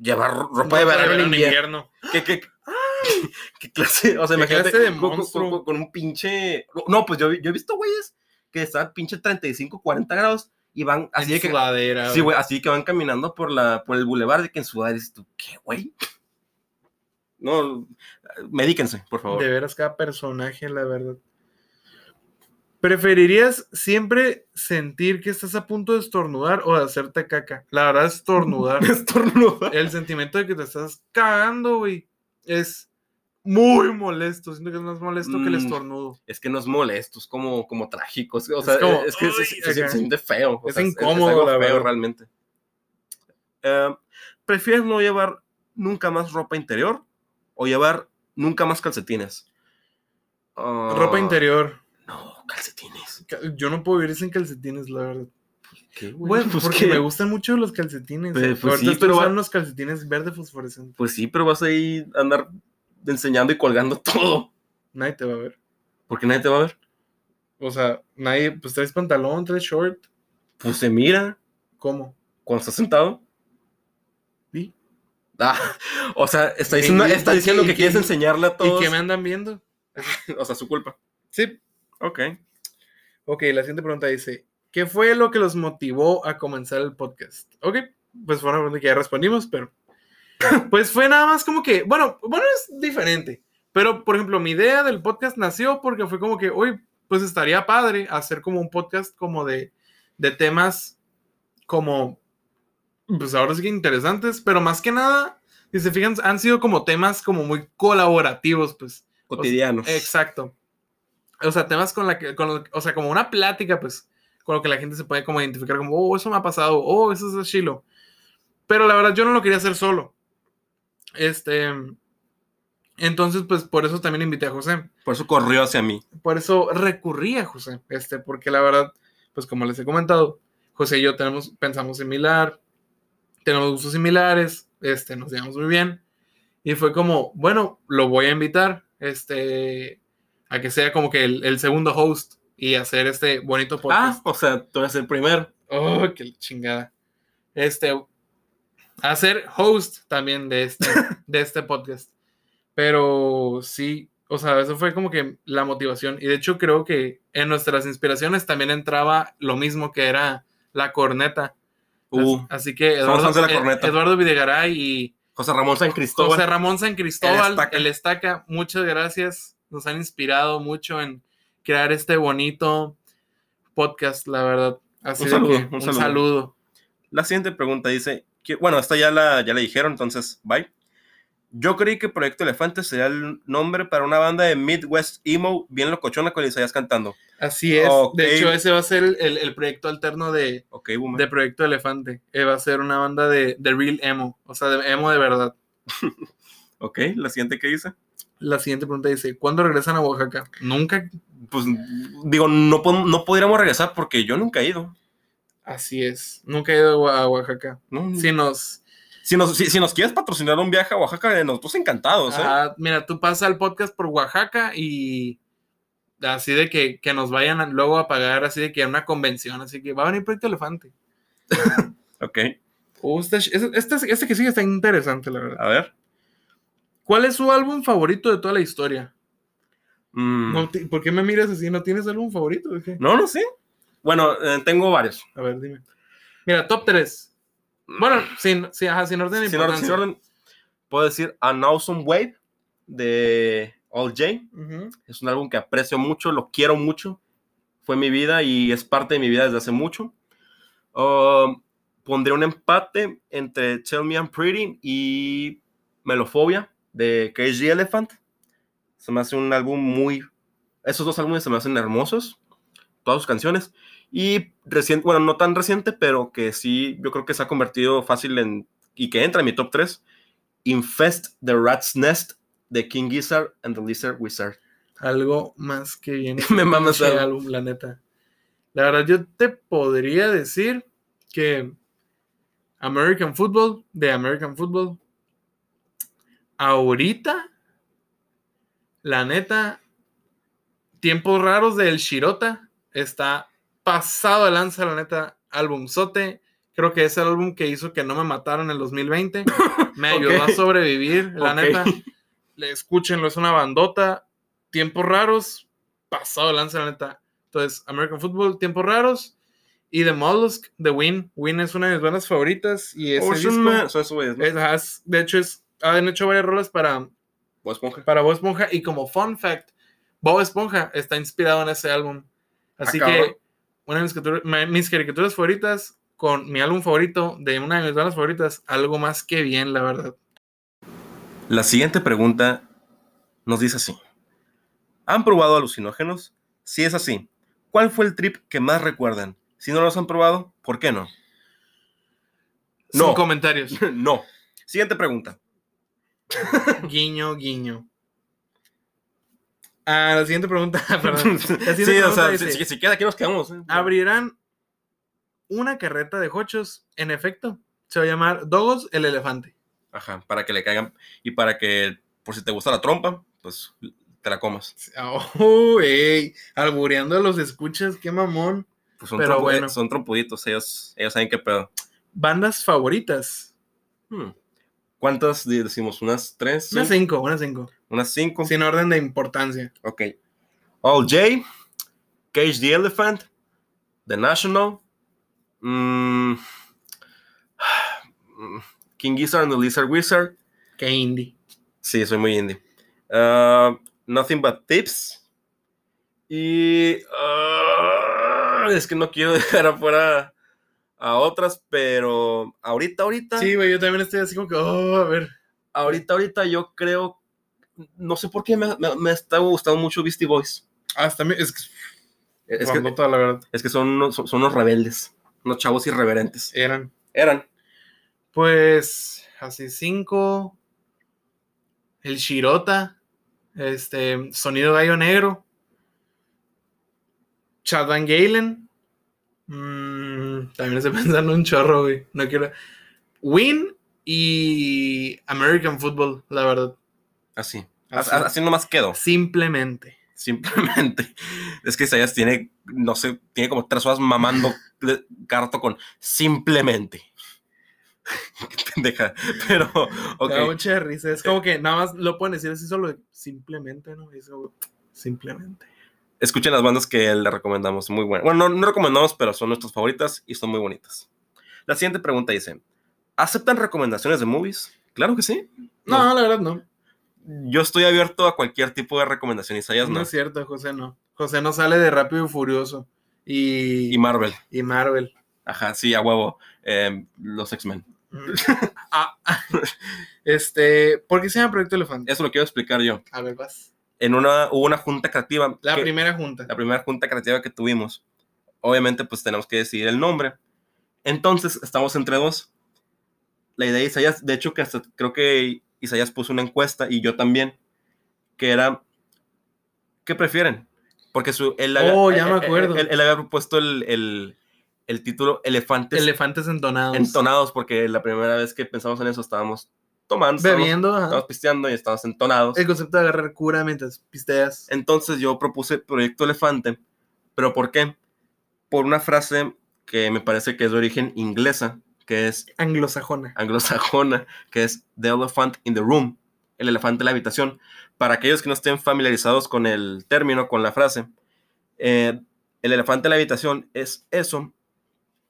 Speaker 3: Llevar ro- ropa de verano en invierno. ¿Qué, qué, [LAUGHS] qué clase? O sea,
Speaker 2: ¿Qué
Speaker 3: imagínate
Speaker 2: clase de
Speaker 3: con- con,
Speaker 2: monstruo?
Speaker 3: con- con un pinche. No, pues yo, vi- yo he visto güeyes que están pinche 35, 40 grados y van así de que.
Speaker 2: sudadera.
Speaker 3: Sí, güey, así que van caminando por, la, por el bulevar de que en sudar dices tú, ¿qué, güey? [LAUGHS] No, medíquense, por favor.
Speaker 2: De veras, cada personaje, la verdad. ¿Preferirías siempre sentir que estás a punto de estornudar o de hacerte caca? La verdad,
Speaker 3: [LAUGHS]
Speaker 2: estornudar.
Speaker 3: Estornuda.
Speaker 2: el sentimiento de que te estás cagando, güey, es muy molesto. Siento que es más molesto que el
Speaker 3: Mm.
Speaker 2: estornudo.
Speaker 3: Es que no es molesto, es como, como trágico. es- O sea, es,
Speaker 2: como,
Speaker 3: que se,
Speaker 2: "Ay",
Speaker 3: se- se
Speaker 2: acá.
Speaker 3: siente feo. o
Speaker 2: Es
Speaker 3: sea,
Speaker 2: incómodo,
Speaker 3: algo
Speaker 2: la
Speaker 3: feo
Speaker 2: verdad.
Speaker 3: realmente. Eh, ¿Prefieres no llevar nunca más ropa interior o llevar nunca más calcetines? Ah,
Speaker 2: Ropa interior.
Speaker 3: No, calcetines.
Speaker 2: Ca- Yo no puedo vivir sin calcetines, la verdad.
Speaker 3: ¿Qué, güey?
Speaker 2: Bueno,
Speaker 3: Pues
Speaker 2: porque
Speaker 3: qué.
Speaker 2: me gustan mucho los calcetines. eh.
Speaker 3: Pues- pues
Speaker 2: Ahorita
Speaker 3: sí,
Speaker 2: estoy
Speaker 3: pero va-
Speaker 2: usando unos calcetines verde fosforescente.
Speaker 3: Pues sí, pero vas a ir a andar enseñando y colgando [LAUGHS] todo.
Speaker 2: Nadie te va a ver.
Speaker 3: Porque nadie te va a ver.
Speaker 2: O sea, nadie, pues traes pantalón, traes short.
Speaker 3: Pues se mira
Speaker 2: ¿Cómo?
Speaker 3: cuando estás sentado.
Speaker 2: Sí.
Speaker 3: Ah, o sea, está
Speaker 2: ¿Y-
Speaker 3: diciendo,
Speaker 2: y-
Speaker 3: está
Speaker 2: y-
Speaker 3: diciendo
Speaker 2: y-
Speaker 3: que
Speaker 2: y-
Speaker 3: quieres enseñarle a todos.
Speaker 2: ¿Y qué me andan viendo?
Speaker 3: O sea, su culpa.
Speaker 2: Sí.
Speaker 3: Ok.
Speaker 2: Ok, la siguiente pregunta dice: ¿Qué fue lo que los motivó a comenzar el podcast? Ok, pues fue una pregunta que ya respondimos, [LAUGHS] pero. Pues fue nada más como que, bueno, bueno, es diferente. Pero, por ejemplo, mi idea del podcast nació porque fue como que, hoy, pues estaría padre hacer como un podcast como de, de temas como, pues ahora sí que interesantes, pero más que nada, si se fijan, han sido como temas como muy colaborativos, pues.
Speaker 3: Cotidianos.
Speaker 2: Exacto. O sea, temas con la que, con lo- o sea, como una plática, pues, con lo que la gente se puede como identificar como, oh, eso me ha pasado, oh, eso es de Shiloh. Pero la verdad, yo no lo quería hacer solo. Este, entonces, pues, por eso también invité a José.
Speaker 3: Por eso corrió hacia mí.
Speaker 2: Por eso recurrí a José, este, porque la verdad, pues, como les he comentado, José y yo tenemos, pensamos similar, tenemos gustos similares, este, nos llevamos muy bien. Y fue como, bueno, lo voy a invitar este, a que sea como que el, el segundo host y hacer este bonito
Speaker 3: Ah,
Speaker 2: podcast.
Speaker 3: o sea, tú eres el primero.
Speaker 2: ¡Oh, qué chingada! Este, hacer host también de
Speaker 3: [LAUGHS]
Speaker 2: este, de este podcast. Pero sí, o sea, eso fue como que la motivación. Y de hecho creo que en nuestras inspiraciones también entraba lo mismo que era la corneta.
Speaker 3: Uh,
Speaker 2: Así- Así que
Speaker 3: somos
Speaker 2: Eduardo,
Speaker 3: fans de la
Speaker 2: Ed-
Speaker 3: corneta.
Speaker 2: Eduardo Videgaray y
Speaker 3: José Ramón San Cristóbal.
Speaker 2: José Ramón San Cristóbal,
Speaker 3: El
Speaker 2: el
Speaker 3: Estaca.
Speaker 2: estaca. muchas gracias. Nos han inspirado mucho en crear este bonito podcast, la verdad. Así
Speaker 3: Un
Speaker 2: de
Speaker 3: saludo,
Speaker 2: que,
Speaker 3: un
Speaker 2: un
Speaker 3: saludo.
Speaker 2: saludo.
Speaker 3: La siguiente pregunta dice, que- bueno, esta ya la, ya la dijeron, entonces, bye. Yo creí que Proyecto Elefante sería el nombre para una banda de Midwest Emo bien locochona con Isaías cantando.
Speaker 2: Así es.
Speaker 3: Ok.
Speaker 2: De hecho, ese va a ser el, el- el proyecto alterno de,
Speaker 3: Ok, boomer.
Speaker 2: de Proyecto Elefante. Eh, va a ser una banda de, de real emo, o sea, de emo de verdad.
Speaker 3: Ok, la siguiente que dice.
Speaker 2: La siguiente pregunta dice, ¿cuándo regresan a Oaxaca? Nunca.
Speaker 3: Pues digo, no, pod- no podríamos regresar porque yo nunca he ido.
Speaker 2: Así es. Nunca he ido a Oaxaca.
Speaker 3: ¿no?
Speaker 2: Si nos,
Speaker 3: Si, nos, si, si nos quieres patrocinar un viaje a Oaxaca, eh, nosotros encantados. ¿eh?
Speaker 2: Ajá, ah, mira, tú pasas al podcast por Oaxaca y así de que, que nos vayan a- luego a pagar, así de que a una convención, así que va a venir Proyecto Elefante.
Speaker 3: Ok,
Speaker 2: Uh, este, este- este- este que sigue está interesante, la verdad.
Speaker 3: a ver.
Speaker 2: ¿Cuál es su álbum favorito de toda la historia?
Speaker 3: Mm,
Speaker 2: No, ti- ¿Por qué me miras así? ¿No tienes álbum favorito? o qué?
Speaker 3: No, no sé. Bueno, eh, tengo varios.
Speaker 2: A ver, dime. Mira, top 3. Bueno, sin, sin, ajá, sin orden de
Speaker 3: Sin orden, sin
Speaker 2: importancia.
Speaker 3: orden, puedo decir An Awesome Wave de All J.
Speaker 2: Ujú.
Speaker 3: Es un álbum que aprecio mucho, lo quiero mucho. Fue mi vida y es parte de mi vida desde hace mucho. Um, pondré un empate entre Tell Me I'm Pretty y Melofobia de KG Elephant. Se me hace un álbum muy... Esos dos álbumes se me hacen hermosos. Todas sus canciones. Y reciente, bueno, no tan reciente, pero que sí, yo creo que se ha convertido fácil en... Y que entra en mi top 3. Infest the Rat's Nest de King Gizzard and the Lizard Wizard.
Speaker 2: Algo más que bien.
Speaker 3: [LAUGHS]
Speaker 2: [LAUGHS]
Speaker 3: Me mama
Speaker 2: ese
Speaker 3: ese álbum.
Speaker 2: álbum, la neta. La verdad, yo te podría decir que American Football, de American Football, ahorita, la neta, Tiempos Raros del Shirota está pasado de lanza, la neta, álbumzote. Creo que es el álbum que hizo que no me mataron en el
Speaker 3: [LAUGHS]
Speaker 2: 2020. Me
Speaker 3: Ok.
Speaker 2: ayudó a sobrevivir, la
Speaker 3: Ok.
Speaker 2: neta. Le- Escúchenlo, es una bandota. Tiempos Raros, pasado de lanza, la neta. Entonces, American Football, Tiempos Raros. Y The Mollusk, The Win. Win es una de mis bandas favoritas. Y ese
Speaker 3: Ocean
Speaker 2: disco-
Speaker 3: Man. Son esos güeyes, ¿no?
Speaker 2: es- ajá, es- de hecho, es, han hecho varias rolas para,
Speaker 3: Bob Esponja.
Speaker 2: para Bob Esponja. Y como fun fact, Bob Esponja está inspirado en ese álbum. Así
Speaker 3: Ah, cabrón.
Speaker 2: que una de mis caricaturas, ma- mis caricaturas favoritas con mi álbum favorito de una de mis bandas favoritas, algo más que bien, la verdad.
Speaker 3: La siguiente pregunta Nos dice así. ¿Han probado alucinógenos? Si es así, ¿cuál fue el trip que más recuerdan? Si no los han probado, ¿por
Speaker 2: [LAUGHS]
Speaker 3: qué no?
Speaker 2: No.
Speaker 3: No. [LAUGHS]
Speaker 2: comentarios.
Speaker 3: no. Siguiente pregunta.
Speaker 2: guiño, guiño. Ah, la siguiente pregunta, [LAUGHS]
Speaker 3: [LAUGHS]
Speaker 2: perdón. La
Speaker 3: sí,
Speaker 2: siguiente
Speaker 3: o sea,
Speaker 2: pregunta
Speaker 3: si,
Speaker 2: dice,
Speaker 3: si- si queda aquí nos quedamos. ¿eh?
Speaker 2: ¿Abrirán una carreta de hochos? En efecto, se va a llamar Dogos el elefante.
Speaker 3: Ajá, para que le caigan. Y para que, por si te gusta la trompa, pues te la comas.
Speaker 2: Oh, ey, albureando a los escuchas, qué mamón.
Speaker 3: Pues son,
Speaker 2: Pero
Speaker 3: trompu-
Speaker 2: bueno.
Speaker 3: son trompuditos, ellos, ellos saben qué pedo.
Speaker 2: Bandas favoritas.
Speaker 3: Hmm. ¿Cuántas di- decimos? ¿Unas tres?
Speaker 2: Unas cinco, unas cinco.
Speaker 3: ¿Unas cinco?
Speaker 2: Oh. Sin orden de importancia.
Speaker 3: Ok. All Jay, Cage the Elephant, The National, mm, [SIGHS] King Gizzard and the Lizard Wizard.
Speaker 2: Que indie.
Speaker 3: Sí, soy muy indie. Ah, nothing but Tips. Y. ah, es que no quiero [LAUGHS] dejar afuera a otras, pero ahorita, ahorita.
Speaker 2: Sí, güey, yo también estoy así como que, oh, a ver.
Speaker 3: Ahorita, ahorita yo creo. No sé por qué me, me- me está gustando mucho Beastie Boys.
Speaker 2: Hasta mí, es que,
Speaker 3: Es que,
Speaker 2: bandota, la verdad,
Speaker 3: es que son, unos, son unos rebeldes, unos chavos irreverentes.
Speaker 2: eran.
Speaker 3: Eran.
Speaker 2: Pues así cinco. El Shirota. Este. Sonido Gallo Negro. Chad Van Galen. mm, también estoy [LAUGHS] pensando un chorro, güey. No quiero. Win y American Football, la verdad.
Speaker 3: Así.
Speaker 2: Así.
Speaker 3: Así, Ah, así nomás quedo.
Speaker 2: Simplemente.
Speaker 3: Simplemente. [LAUGHS] Es que Sayas tiene, no sé, tiene como tres horas mamando le- carto con simplemente. [LAUGHS] Qué pendeja. Pero,
Speaker 2: Me
Speaker 3: ok.
Speaker 2: da mucha risa. Es como que nada más lo pueden decir así solo. Simplemente, ¿no? Es como, simplemente.
Speaker 3: Escuchen las bandas que le recomendamos. Muy buenas. Bueno, no, no recomendamos, pero son nuestras favoritas y son muy bonitas. La siguiente pregunta dice: ¿Aceptan recomendaciones de movies? Claro que sí.
Speaker 2: No,
Speaker 3: No.
Speaker 2: la verdad no.
Speaker 3: Yo estoy abierto a cualquier tipo de recomendación. Isaías
Speaker 2: No
Speaker 3: no.
Speaker 2: es cierto, José no. José no sale de Rápido y Furioso. Y,
Speaker 3: Y Marvel.
Speaker 2: y Marvel.
Speaker 3: Ajá, sí, a huevo. Em, los X-Men. [LAUGHS]
Speaker 2: Mm. Ah, [LAUGHS] este, ¿por qué se llama Proyecto Elefante?
Speaker 3: Eso lo quiero explicar yo.
Speaker 2: A ver, vas.
Speaker 3: en una, hubo una junta creativa.
Speaker 2: La
Speaker 3: que-
Speaker 2: primera junta.
Speaker 3: la primera junta creativa que tuvimos. Obviamente, pues tenemos que decidir el nombre. Entonces, estamos entre dos. La idea de Isaías, de hecho, que hasta creo que Isaías puso una encuesta y yo también, que era, ¿qué prefieren? Porque su, él, había,
Speaker 2: Oh, ya me
Speaker 3: él- él-
Speaker 2: acuerdo.
Speaker 3: Él, él había propuesto el, el- el título Elefantes
Speaker 2: Elefantes entonados.
Speaker 3: Entonados, porque la primera vez que pensamos en eso estábamos tomando, estábamos-
Speaker 2: Bebiendo. ajá.
Speaker 3: estábamos pisteando y estábamos entonados.
Speaker 2: El concepto de agarrar cura mientras pisteas.
Speaker 3: Entonces yo propuse Proyecto Elefante, pero ¿por qué? Por una frase que me parece que es de origen inglesa, que es
Speaker 2: Anglosajona.
Speaker 3: anglosajona, que es The Elephant in the Room, el elefante en la habitación. Para aquellos que no estén familiarizados con el término, con la frase, eh, el elefante en la habitación es eso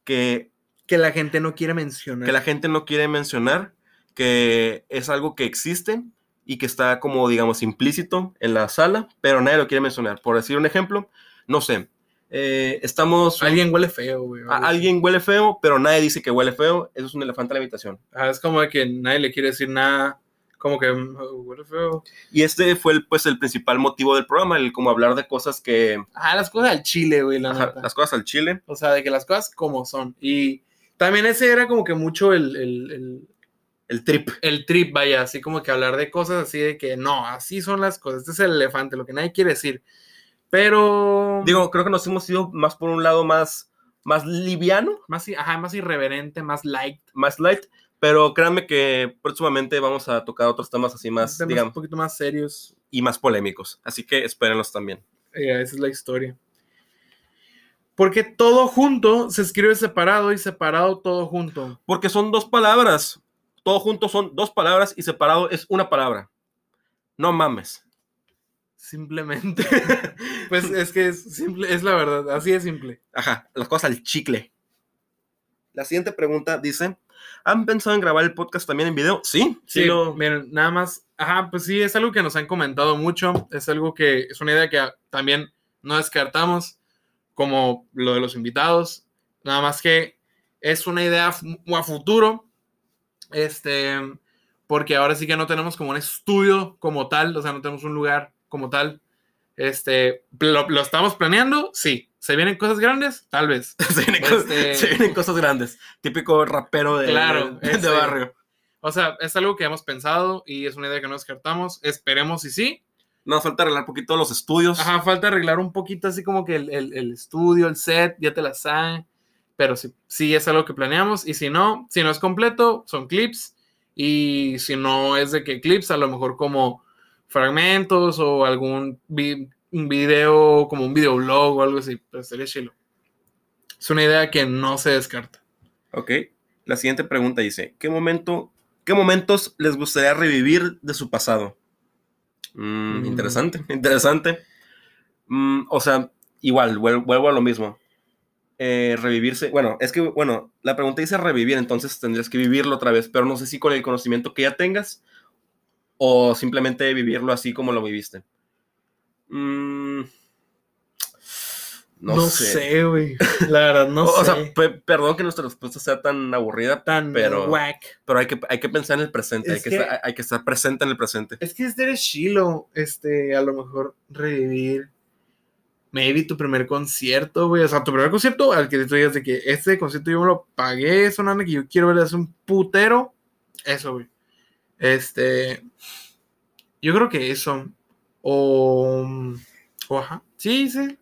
Speaker 3: que
Speaker 2: Que la gente no quiere mencionar.
Speaker 3: que la gente no quiere mencionar, que es algo que existe y que está como, digamos, implícito en la sala, pero nadie lo quiere mencionar. Por decir un ejemplo, no sé, eh, estamos...
Speaker 2: Alguien huele feo, güey.
Speaker 3: a- alguien huele feo, pero nadie dice que huele feo. Eso es un elefante en la habitación.
Speaker 2: Ah, es como de que nadie le quiere decir nada. Como que mm, huele feo.
Speaker 3: Y este fue el, pues, el principal motivo del programa, el como hablar de cosas que...
Speaker 2: Ah, las cosas al chile, güey, la
Speaker 3: ajá,
Speaker 2: neta.
Speaker 3: las cosas al chile.
Speaker 2: O sea, de que las cosas como son. Y también ese era como que mucho el, el- el-
Speaker 3: El trip.
Speaker 2: el trip, vaya, así como que hablar de cosas así de que no, así son las cosas. Este es el elefante, lo que nadie quiere decir. Pero.
Speaker 3: Digo, creo que nos hemos ido más por un lado más, más liviano,
Speaker 2: Más, i- ajá, más irreverente, más light.
Speaker 3: más light, pero créanme que próximamente vamos a tocar otros temas así más,
Speaker 2: temas un
Speaker 3: digamos,
Speaker 2: poquito más serios.
Speaker 3: y más polémicos. Así que espérenlos también.
Speaker 2: Eh, esa es la historia. Porque todo junto se escribe separado y separado todo junto.
Speaker 3: Porque son dos palabras. Todo junto son dos palabras y separado es una palabra. No [LAUGHS] mames.
Speaker 2: Simplemente. [LAUGHS] pues es que es simple, es la verdad, así es simple.
Speaker 3: Ajá, las cosas al chicle. La siguiente pregunta dice, ¿han pensado en grabar el podcast también en video? Sí, sí,
Speaker 2: Sí,
Speaker 3: lo- [LAUGHS]
Speaker 2: miren, nada más. Ajá, pues sí, es algo que nos han comentado mucho. Es algo que es una idea que ah, también no descartamos, como lo de los invitados. Nada más que es una idea fu- a futuro. Este, porque ahora sí que no tenemos como un estudio como tal, o sea, no tenemos un lugar como tal. Este, lo, lo estamos planeando, sí. ¿Se vienen cosas grandes? Tal vez.
Speaker 3: se, vienen cosas,
Speaker 2: Este-
Speaker 3: se vienen cosas grandes. Típico rapero de,
Speaker 2: Claro,
Speaker 3: de- de
Speaker 2: este-
Speaker 3: barrio.
Speaker 2: O sea, es algo que hemos pensado y es una idea que no descartamos. Esperemos y sí.
Speaker 3: Nos falta arreglar un poquito los estudios.
Speaker 2: Ajá, falta arreglar un poquito así como que el, el- el estudio, el set, ya te la saben. Pero sí, sí es algo que planeamos. Y si no, si no es completo, son clips. Y si no es de que clips, a lo mejor como fragmentos o algún vi- un video, como un videoblog o algo así. Pero sería chilo. Es una idea que no se descarta.
Speaker 3: Ok. La siguiente pregunta dice: ¿Qué momento, qué momentos les gustaría revivir de su pasado? Mm,
Speaker 2: Mm.
Speaker 3: Interesante, [LAUGHS] interesante. Mm, o sea, igual, vuel- vuelvo a lo mismo. Eh, revivirse. Bueno, es que, bueno, la pregunta dice revivir, entonces tendrías que vivirlo otra vez, pero no sé si con el conocimiento que ya tengas o simplemente vivirlo así como lo viviste. Mm, no, sé. [LAUGHS]
Speaker 2: güey. La verdad, no
Speaker 3: O-
Speaker 2: sé.
Speaker 3: o sea, pe- perdón que nuestra respuesta sea tan aburrida,
Speaker 2: tan
Speaker 3: pero-
Speaker 2: whack.
Speaker 3: pero hay que, hay que pensar en el presente, hay
Speaker 2: Es
Speaker 3: que,
Speaker 2: que-
Speaker 3: estar, hay que estar presente en el presente.
Speaker 2: Es que es de chilo, este, a lo mejor revivir. Maybe tu primer concierto, güey. O sea, tu primer concierto al que tú digas de que este concierto yo me lo pagué, es una onda que yo quiero ver, es un putero. Eso, güey. Este. Yo creo que eso. O. o ajá. Sí, sí.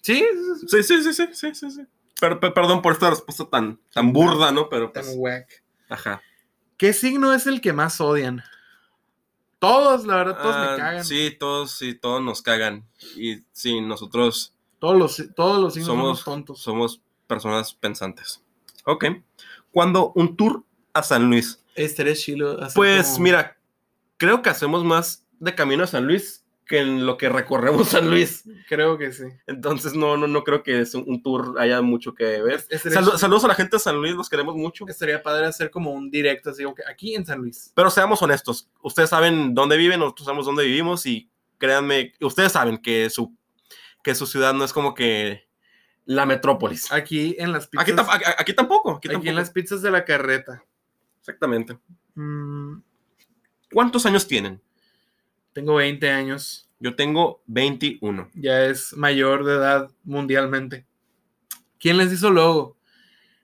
Speaker 2: Sí, es- es
Speaker 3: Sí, sí, sí, sí, sí, sí. sí. Per- per- perdón por esta respuesta tan, tan burda, ¿no? Pero
Speaker 2: tan
Speaker 3: pues,
Speaker 2: whack.
Speaker 3: ajá.
Speaker 2: ¿Qué signo es el que más odian? Todos, la verdad, todos
Speaker 3: Ah,
Speaker 2: me cagan.
Speaker 3: Sí, todos, sí, todos nos cagan. Y sí, nosotros
Speaker 2: Todos los, todos los signos
Speaker 3: somos,
Speaker 2: somos tontos.
Speaker 3: somos personas pensantes. Ok. Cuando un tour a San Luis.
Speaker 2: Estaría chilo. hacer
Speaker 3: Pues
Speaker 2: como-
Speaker 3: mira, creo que hacemos más de camino a San Luis que en lo que recorremos [LAUGHS] San Luis.
Speaker 2: Creo que sí.
Speaker 3: Entonces no, no, no creo que es un, un tour haya mucho que ver.
Speaker 2: Es- estaría,
Speaker 3: Salu-
Speaker 2: chi-
Speaker 3: saludos a la gente de San Luis, los queremos mucho.
Speaker 2: estaría padre hacer como un directo así, como que aquí en San Luis.
Speaker 3: Pero seamos honestos, ustedes saben dónde viven, nosotros sabemos dónde vivimos y créanme, ustedes saben que su, que su ciudad no es como que la metrópolis.
Speaker 2: Aquí en las pizzas.
Speaker 3: Aquí, tam- aquí- aquí tampoco, aquí
Speaker 2: Ah, aquí
Speaker 3: tampoco.
Speaker 2: en las pizzas de la carreta.
Speaker 3: Exactamente.
Speaker 2: Mm,
Speaker 3: ¿Cuántos años tienen?
Speaker 2: tengo 20 años.
Speaker 3: Yo tengo 21.
Speaker 2: Ya es mayor de edad mundialmente. ¿Quién les hizo logo?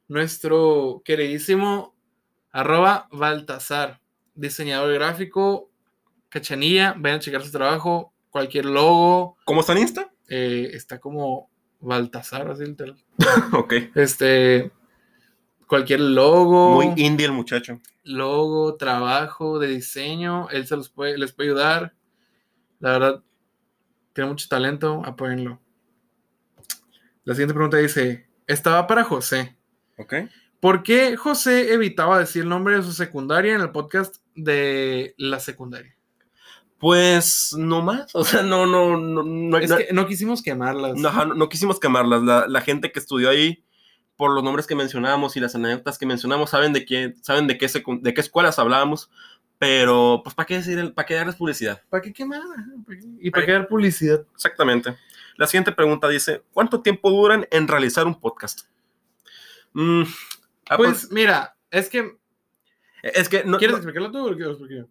Speaker 2: Nuestro queridísimo arroba Baltasar, diseñador gráfico, cachanilla. Vayan a checar su trabajo. Cualquier logo
Speaker 3: ¿Cómo están Insta? [LAUGHS]
Speaker 2: eh, está como Baltasar, así literal.
Speaker 3: ok.
Speaker 2: Este, cualquier logo,
Speaker 3: Muy indie el muchacho.
Speaker 2: logo, trabajo de diseño, él se los puede, les puede ayudar. La verdad, tiene mucho talento, apóyenlo. La siguiente pregunta dice, estaba para José.
Speaker 3: Ok.
Speaker 2: ¿Por qué José evitaba decir el nombre de su secundaria en el podcast de la secundaria?
Speaker 3: Pues no más. [LAUGHS] O sea, no, no, no, no,
Speaker 2: Es
Speaker 3: no-
Speaker 2: que no quisimos quemarlas.
Speaker 3: No, ajá, no- no quisimos quemarlas. La, la gente que estudió ahí, por los nombres que mencionábamos y las anécdotas que mencionamos, saben de qué, saben de qué, secu- de qué escuelas hablábamos. Pero, pues, ¿para qué decir el- para qué darles publicidad?
Speaker 2: ¿Para qué quemar? Ajá, ¿para qué? Y para qué dar publicidad.
Speaker 3: Exactamente. La siguiente pregunta dice: ¿Cuánto tiempo duran en realizar un podcast? Mm, ah, pues,
Speaker 2: Pues mira, es que...
Speaker 3: es que no,
Speaker 2: ¿Quieres
Speaker 3: no-
Speaker 2: explicarlo tú o lo quiero explicar yo?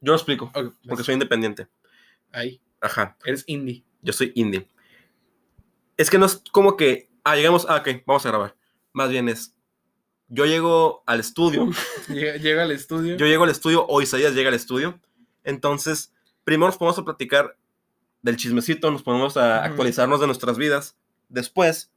Speaker 3: yo lo explico,
Speaker 2: Ok, pues,
Speaker 3: porque soy independiente.
Speaker 2: ahí.
Speaker 3: Ajá,
Speaker 2: Eres indie.
Speaker 3: yo soy indie. Es que no es como que, ah, llegamos, ah, ok, vamos a grabar. Más bien es, yo llego al estudio,
Speaker 2: Llega, llega al estudio.
Speaker 3: Yo llego al estudio, o Isaías llega al estudio. Entonces, primero nos ponemos a platicar del chismecito, nos ponemos a
Speaker 2: Ujú.
Speaker 3: actualizarnos de nuestras vidas. Después,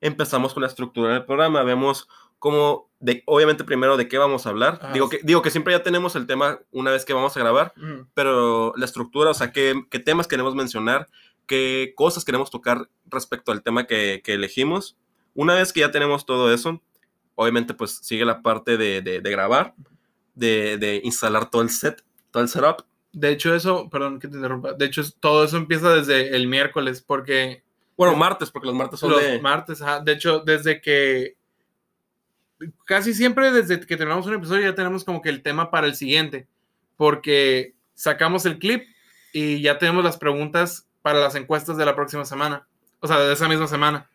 Speaker 3: empezamos con la estructura del programa, vemos cómo, de, obviamente primero de qué vamos a hablar.
Speaker 2: Ah,
Speaker 3: digo,
Speaker 2: sí.
Speaker 3: que, digo que siempre ya tenemos el tema una vez que vamos a grabar,
Speaker 2: Ujú.
Speaker 3: pero la estructura, o sea, qué, qué temas queremos mencionar, qué cosas queremos tocar respecto al tema que, que elegimos. Una vez que ya tenemos todo eso, obviamente pues sigue la parte de, de- de grabar, de, de instalar todo el set, todo el setup.
Speaker 2: De hecho, eso, perdón que te interrumpa. De hecho, es- todo eso empieza desde el miércoles, porque
Speaker 3: Bueno, martes, porque los martes son
Speaker 2: los
Speaker 3: de...
Speaker 2: martes, ajá, de hecho, desde que. Casi siempre desde que terminamos un episodio ya tenemos como que el tema para el siguiente, porque sacamos el clip y ya tenemos las preguntas para las encuestas de la próxima semana, o sea, de esa misma semana.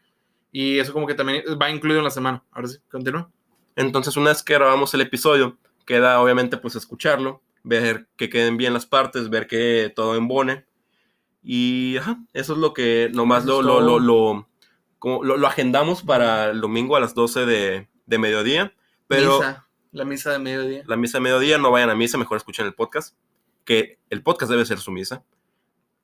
Speaker 2: Y eso como que también va incluido en la semana. Ahora sí, continúa.
Speaker 3: Entonces, una vez que grabamos el episodio, Queda obviamente pues escucharlo, ver que queden bien las partes, ver que todo embone. Y ajá, eso es lo que nomás lo, lo, lo, lo, como- lo- lo agendamos para el domingo a las 12 de, de mediodía. Pero
Speaker 2: Misa, la misa de mediodía.
Speaker 3: la misa de mediodía, no vayan a misa, mejor escuchen el podcast, que el podcast debe ser su misa.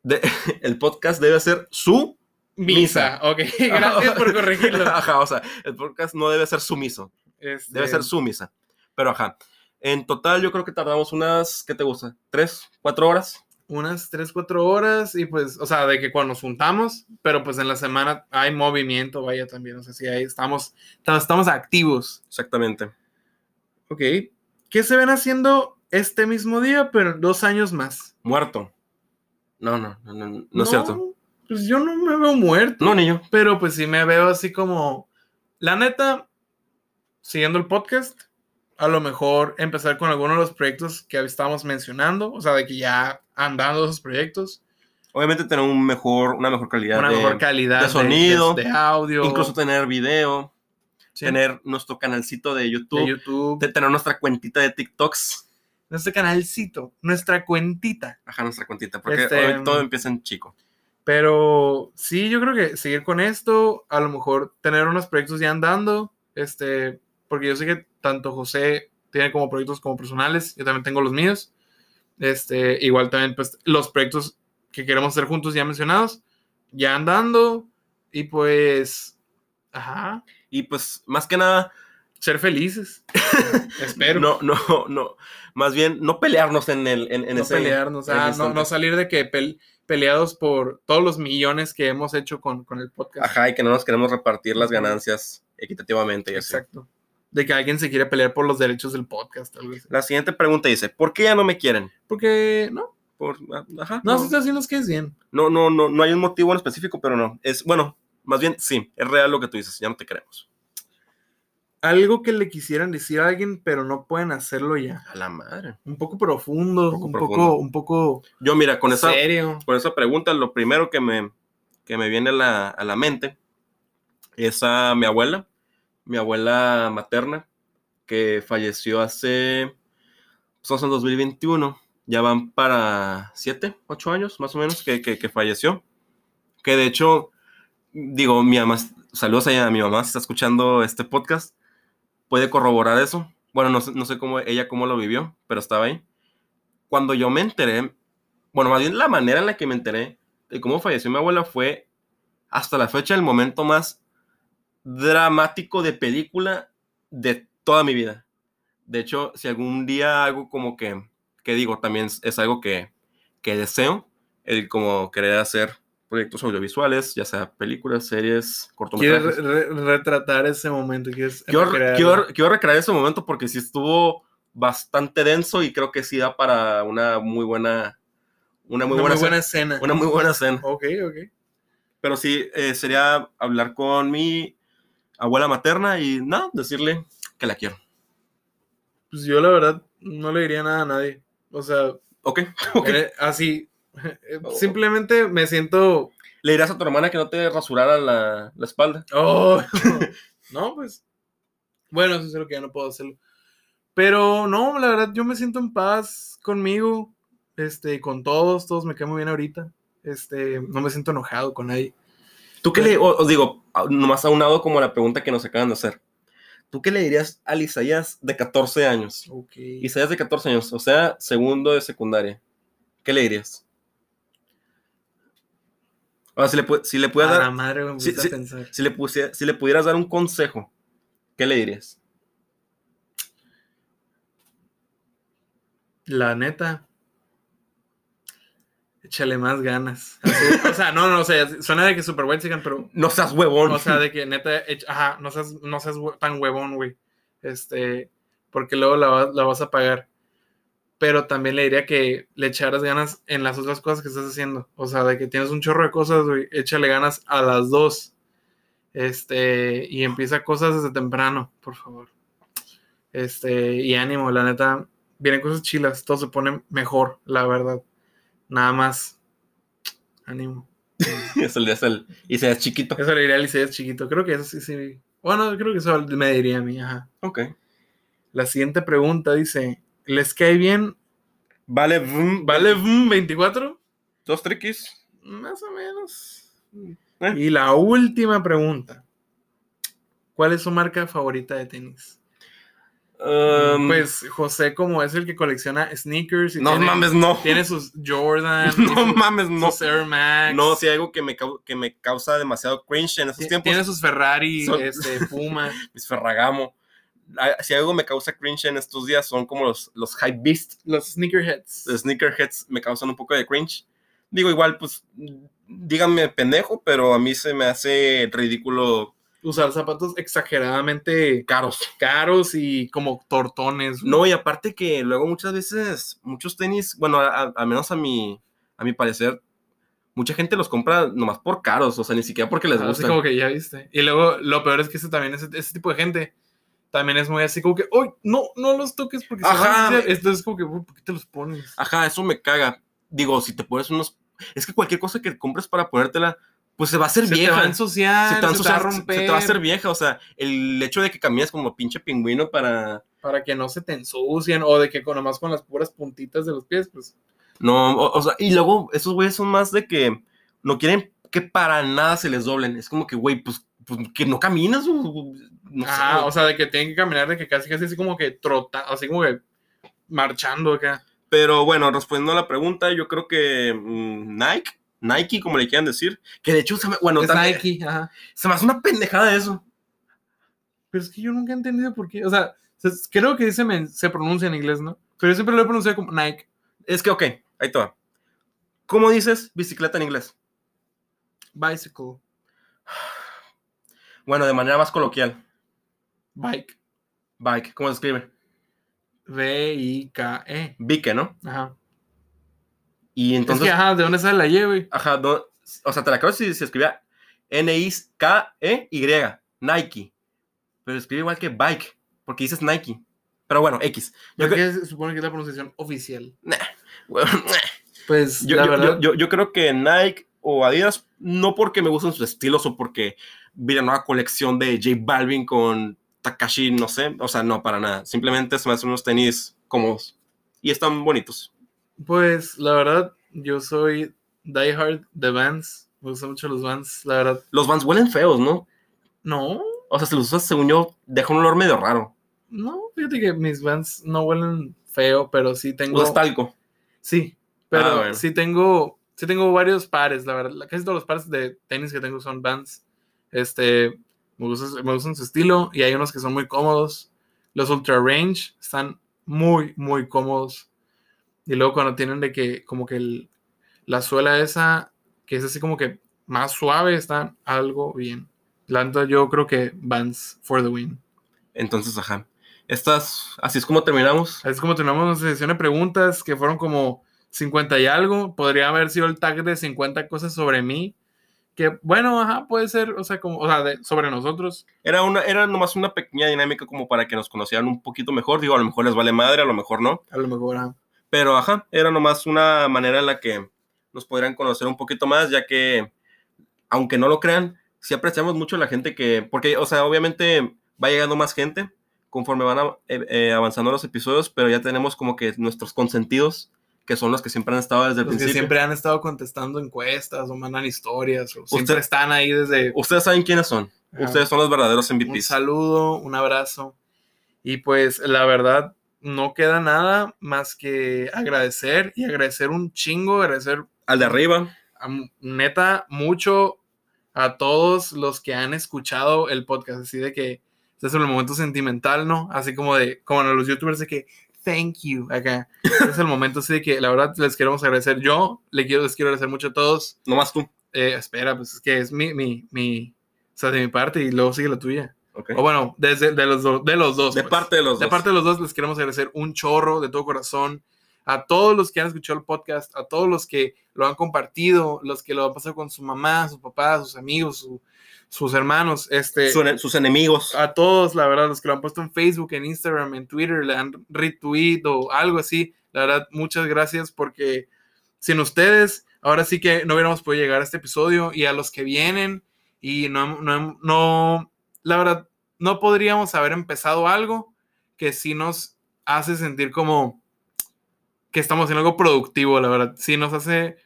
Speaker 3: De- [LAUGHS] el podcast debe ser su
Speaker 2: Misa, ok. [LAUGHS] Gracias por corregirlo.
Speaker 3: [LAUGHS] Ajá, o sea, el podcast no debe ser sumiso,
Speaker 2: Este,
Speaker 3: debe ser su misa. Pero ajá, en total yo creo que tardamos unas, ¿qué te gusta? ¿Tres, cuatro horas?
Speaker 2: unas 3, 4 horas y pues, o sea, de que cuando nos juntamos, pero pues en la semana hay movimiento, vaya también, o sea, sí, ahí estamos, ta- estamos activos.
Speaker 3: Exactamente.
Speaker 2: Ok. ¿Qué se ven haciendo este mismo día, pero dos años más?
Speaker 3: Muerto. No, no, no, no, no, es cierto.
Speaker 2: Pues yo no me veo muerto,
Speaker 3: No, ni yo.
Speaker 2: pero pues sí me veo así como, la neta, siguiendo el podcast, a lo mejor empezar con alguno de los proyectos que estábamos mencionando, o sea, de que ya andando esos proyectos.
Speaker 3: Obviamente tener un mejor, una mejor calidad
Speaker 2: una
Speaker 3: de-
Speaker 2: mejor calidad
Speaker 3: de sonido,
Speaker 2: de, este audio,
Speaker 3: Incluso tener video,
Speaker 2: sí,
Speaker 3: tener nuestro canalcito de YouTube,
Speaker 2: de YouTube,
Speaker 3: te- tener nuestra cuentita de TikToks.
Speaker 2: nuestro canalcito, nuestra cuentita.
Speaker 3: Ajá, nuestra cuentita, porque
Speaker 2: Este,
Speaker 3: obviamente todo empieza en chico.
Speaker 2: Pero sí, yo creo que seguir con esto, a lo mejor tener unos proyectos ya andando, este, porque yo sé que tanto José tiene como proyectos como personales, yo también tengo los míos, este, igual también pues los proyectos que queremos hacer juntos ya mencionados, ya andando y pues, ajá,
Speaker 3: Y pues, más que nada,
Speaker 2: ser felices.
Speaker 3: [LAUGHS]
Speaker 2: Espero.
Speaker 3: no, no, no, más bien no pelearnos en el, en, en
Speaker 2: no
Speaker 3: ese-
Speaker 2: pelearnos,
Speaker 3: en
Speaker 2: ah,
Speaker 3: ese
Speaker 2: no, no
Speaker 3: instante.
Speaker 2: salir de que pel- peleados por todos los millones que hemos hecho con, con el podcast.
Speaker 3: Ajá, y que no nos queremos repartir las ganancias equitativamente y así.
Speaker 2: Exacto. De que alguien se quiere pelear por los derechos del podcast, algo así.
Speaker 3: La siguiente pregunta dice, ¿por qué ya no me quieren?
Speaker 2: Porque no,
Speaker 3: Por, ah, ajá,
Speaker 2: no, si estás haciendo es que es bien.
Speaker 3: No, no, no, no hay un motivo en específico, pero no. Es, bueno, más bien, sí, es real lo que tú dices, ya no te queremos.
Speaker 2: Algo que le quisieran decir a alguien, pero no pueden hacerlo ya.
Speaker 3: A la madre.
Speaker 2: Un poco profundo,
Speaker 3: Un poco
Speaker 2: un
Speaker 3: profundo.
Speaker 2: poco, un poco
Speaker 3: Yo, mira, con esa,
Speaker 2: serio.
Speaker 3: con esa pregunta, lo primero que me, que me viene a la, a la mente es a mi abuela, mi abuela materna, que falleció hace, pues en 2021, ya van para 7, 8 años más o menos que, que, que falleció. Que de hecho, digo, mi mamá, saludos a mi mamá, si está escuchando este podcast, puede corroborar eso. Bueno, no sé, no sé cómo ella cómo lo vivió, pero estaba ahí. Cuando yo me enteré, bueno, más bien la manera en la que me enteré de cómo falleció mi abuela fue hasta la fecha el momento más dramático de película de toda mi vida. De hecho, si algún día algo como que, que digo, también es- es algo que, que deseo, el como querer hacer proyectos audiovisuales, ya sea películas, series,
Speaker 2: Quieres
Speaker 3: cortometrajes.
Speaker 2: re- re- retratar ese momento. Quieres
Speaker 3: Quiero,
Speaker 2: recrearlo.
Speaker 3: quiero- quiero recrear ese momento porque sí estuvo bastante denso y creo que sí da para una muy buena, una muy
Speaker 2: Una
Speaker 3: buena,
Speaker 2: muy buena escena.
Speaker 3: cena- una muy buena cena.
Speaker 2: Ok, ok.
Speaker 3: Pero sí, eh, sería hablar con mi abuela materna y nada, decirle que la quiero.
Speaker 2: Pues yo la verdad no le diría nada a nadie. O sea,
Speaker 3: Ok, ok.
Speaker 2: Eres Eh, Así. [LAUGHS] Eh,
Speaker 3: Oh.
Speaker 2: Simplemente me siento.
Speaker 3: Le dirás a tu hermana que no te rasurara la, la espalda.
Speaker 2: Oh. [LAUGHS] no, pues. Bueno, eso es lo que ya no puedo hacerlo. Pero no, la verdad, yo me siento en paz conmigo. Este, y con todos, todos me quedan muy bien ahorita. Este, no me siento enojado con nadie.
Speaker 3: ¿Tú qué le, o- os digo, a- nomás aunado como la pregunta que nos acaban de hacer? ¿Tú qué le dirías a Isaías de 14 años?
Speaker 2: Ok.
Speaker 3: Isaías de 14 años, o sea, segundo de secundaria. ¿Qué le dirías? Ahora, si le, pu- si le
Speaker 2: A
Speaker 3: pudieras
Speaker 2: la
Speaker 3: dar,
Speaker 2: madre me
Speaker 3: Sí,
Speaker 2: puse a
Speaker 3: sí.
Speaker 2: pensar.
Speaker 3: si le pusie- si le pudieras dar un consejo, ¿qué le dirías?
Speaker 2: La neta. Échale más [LAUGHS] ganas. Así- o sea, no, no, o sea, suena de que super buen sigan, pero
Speaker 3: No seas huevón.
Speaker 2: O sea, de que neta, ech- ajá, no seas, no seas hue- tan huevón, güey. Este, porque luego la, va- la vas a pagar. Pero también le diría que le echaras ganas en las otras cosas que estás haciendo. O sea, de que tienes un chorro de cosas, güey. Échale ganas a las dos. Este, y empieza cosas desde temprano, por favor. Este, y ánimo, la neta. Vienen cosas chilas, todo se pone mejor, la verdad. Nada más. Ánimo.
Speaker 3: [LAUGHS] es el, es el- y seas chiquito.
Speaker 2: Eso le diría a Licey es chiquito. Creo que eso sí, sí. Bueno, creo que eso me diría a mí, ajá.
Speaker 3: Ok.
Speaker 2: La siguiente pregunta dice, ¿les cae bien?
Speaker 3: Vale, vroom,
Speaker 2: ¿Vale mm, 24?
Speaker 3: dos triquis.
Speaker 2: Más o menos.
Speaker 3: Eh.
Speaker 2: Y la última pregunta. ¿Cuál es su marca favorita de tenis?
Speaker 3: Um,
Speaker 2: Pues José, como es el que colecciona sneakers y
Speaker 3: no
Speaker 2: tiene,
Speaker 3: mames, no. [LAUGHS]
Speaker 2: tiene sus Jordan, y
Speaker 3: No
Speaker 2: sus-
Speaker 3: mames, no.
Speaker 2: sus Air Max,
Speaker 3: No, si hay algo que me, cau- que me causa demasiado cringe en esos
Speaker 2: ti-
Speaker 3: tiempos,
Speaker 2: tiene sus Ferrari,
Speaker 3: Son-
Speaker 2: este, Puma. [LAUGHS]
Speaker 3: mis Ferragamo. Ah, Si algo me causa cringe en estos días son como los, los hype beasts,
Speaker 2: los sneakerheads.
Speaker 3: los sneakerheads me causan un poco de cringe. Digo, igual, pues, díganme pendejo, pero a mí se me hace ridículo
Speaker 2: Usar zapatos exageradamente
Speaker 3: caros.
Speaker 2: caros y como tortones. güey.
Speaker 3: No, y aparte que luego muchas veces, muchos tenis, bueno, a- a- al menos a mi, a mi parecer, mucha gente los compra nomás por caros, o sea, ni siquiera porque les
Speaker 2: Así
Speaker 3: gusta.
Speaker 2: Ah, como que ya viste. Y luego lo peor es que ese también, ese, ese tipo de gente, también es muy así como que, ¡Uy! No, no los toques porque se van
Speaker 3: Ajá.
Speaker 2: a ensuciar". Entonces es como que, "Uy, ¿por qué te los pones?
Speaker 3: Ajá, eso me caga. Digo, si te pones unos... Es que cualquier cosa que compres para ponértela, pues se va a hacer
Speaker 2: se
Speaker 3: vieja.
Speaker 2: te va a ensuciar,
Speaker 3: se te va a ensuciar, se-
Speaker 2: romper.
Speaker 3: se te va a hacer vieja, o sea, el hecho de que camines como pinche pingüino para...
Speaker 2: Para que no se te ensucien o de que con, nomás con las puras puntitas de los pies, pues.
Speaker 3: No, o, o sea, y luego esos güeyes son más de que no quieren que para nada se les doblen. Es como que, güey, pues, pues, que no caminas. o- o- No sé,
Speaker 2: Ajá,
Speaker 3: güey.
Speaker 2: Ah, o sea, de que tienen que caminar de que casi casi así como que trota, así como que marchando acá.
Speaker 3: Pero bueno, respondiendo a la pregunta, yo creo que mm, Nike, Nike, como le quieran decir, que de hecho, se me, bueno,
Speaker 2: es
Speaker 3: también-
Speaker 2: Nike, ajá.
Speaker 3: se me hace una pendejada eso.
Speaker 2: Pero es que yo nunca he entendido por qué. O sea, se- creo que dice men- se pronuncia en inglés, ¿no? Pero yo siempre lo he pronunciado como Nike.
Speaker 3: Es que, ok, ahí te va. ¿Cómo dices bicicleta en inglés?
Speaker 2: Bicycle.
Speaker 3: Bueno, de manera más coloquial,
Speaker 2: Bike.
Speaker 3: bike, ¿cómo se escribe?
Speaker 2: B-I-K-E.
Speaker 3: Bike, ¿no?
Speaker 2: E, Ajá.
Speaker 3: Y
Speaker 2: Entonces,
Speaker 3: entonces,
Speaker 2: es que, ajá, ¿de dónde sale la Y, güey?
Speaker 3: ajá, do- o sea, te la creo si se escribía N-I-K-E-Y, E Nike. Pero escribe igual que bike, porque dices Nike. Pero bueno, X. [LAUGHS]
Speaker 2: Yo
Speaker 3: Yo, cre-
Speaker 2: que se supone que es la pronunciación oficial.
Speaker 3: Bueno,
Speaker 2: Pues,
Speaker 3: yo,
Speaker 2: la
Speaker 3: yo-
Speaker 2: verdad.
Speaker 3: yo- yo- yo creo que Nike o Adidas, no porque me gustan sus estilos o porque vi la nueva colección de J Balvin con Takashi, no sé, o sea, no, para nada. Simplemente se me hacen unos tenis cómodos y están bonitos.
Speaker 2: Pues, la verdad, yo soy diehard de Vans. Me gustan mucho los Vans, la verdad.
Speaker 3: Los Vans huelen feos, ¿no?
Speaker 2: No,
Speaker 3: O sea, si los usas, según yo, deja un olor medio raro.
Speaker 2: no, fíjate que mis Vans no huelen feo, pero sí tengo.
Speaker 3: Usas talco.
Speaker 2: Sí, pero
Speaker 3: Ah, bueno.
Speaker 2: sí tengo, sí tengo varios pares, la verdad. la- Casi todos los pares de tenis que tengo son Vans. Este, me gustan, me gustan su estilo y hay unos que son muy cómodos. Los Ultra Range están muy, muy cómodos. Y luego cuando tienen de que, como que el- la suela esa, que es así como que más suave, están algo bien. La neta, yo creo que Vans for the win.
Speaker 3: Entonces, ajá. Estas, así es como terminamos.
Speaker 2: Así es como terminamos nuestra sesión de preguntas, que fueron como 50 y algo. Podría haber sido el tag de 50 cosas sobre mí. Que bueno, ajá, puede ser, o sea, como, o sea, de- sobre nosotros.
Speaker 3: Era, una, era nomás una pequeña dinámica como para que nos conocieran un poquito mejor. Digo, a lo mejor les vale madre, a lo mejor no.
Speaker 2: A lo mejor, ajá.
Speaker 3: Pero ajá, era nomás una manera en la que nos podrían conocer un poquito más, ya que, aunque no lo crean, sí apreciamos mucho a la gente que, porque, o sea, obviamente va llegando más gente conforme van a- eh, eh, avanzando los episodios, pero ya tenemos como que nuestros consentidos, que son los que siempre han estado desde el
Speaker 2: Los que
Speaker 3: principio.
Speaker 2: siempre han estado contestando encuestas o mandan historias, o siempre
Speaker 3: Usted-
Speaker 2: están ahí desde.
Speaker 3: Ustedes saben quiénes son.
Speaker 2: Ajá.
Speaker 3: Ustedes son los verdaderos
Speaker 2: un
Speaker 3: MVPs.
Speaker 2: saludo, un abrazo. Y pues la verdad, no queda nada más que agradecer y agradecer un chingo, agradecer
Speaker 3: Al de arriba,
Speaker 2: a mu- neta mucho a todos los que han escuchado el podcast, así de que este es el momento sentimental, ¿no? Así como de, como a los youtubers de que, thank you,
Speaker 3: [LAUGHS]
Speaker 2: acá. Este es el momento así de que, la verdad, les queremos agradecer. Yo le quiero, les quiero agradecer mucho a todos.
Speaker 3: nomás tú.
Speaker 2: Eh, espera, pues es que es mi, mi, mi, o sea, de mi parte y luego sigue la tuya.
Speaker 3: ok.
Speaker 2: O bueno, desde, de los, do- de los dos.
Speaker 3: de
Speaker 2: pues.
Speaker 3: parte de los
Speaker 2: De
Speaker 3: dos.
Speaker 2: parte de los dos, les queremos agradecer un chorro de todo corazón a todos los que han escuchado el podcast, a todos los que lo han compartido, los que lo han pasado con su mamá, su papá, sus amigos, su- sus hermanos, este,
Speaker 3: Su ene- sus enemigos.
Speaker 2: a todos, la verdad, los que lo han puesto en Facebook, en Instagram, en Twitter, le han retweet o algo así. La verdad, muchas gracias porque sin ustedes, ahora sí que no hubiéramos podido llegar a este episodio y a los que vienen y no, no, no, la verdad, no podríamos haber empezado algo que sí nos hace sentir como que estamos haciendo algo productivo, la verdad. Sí nos hace,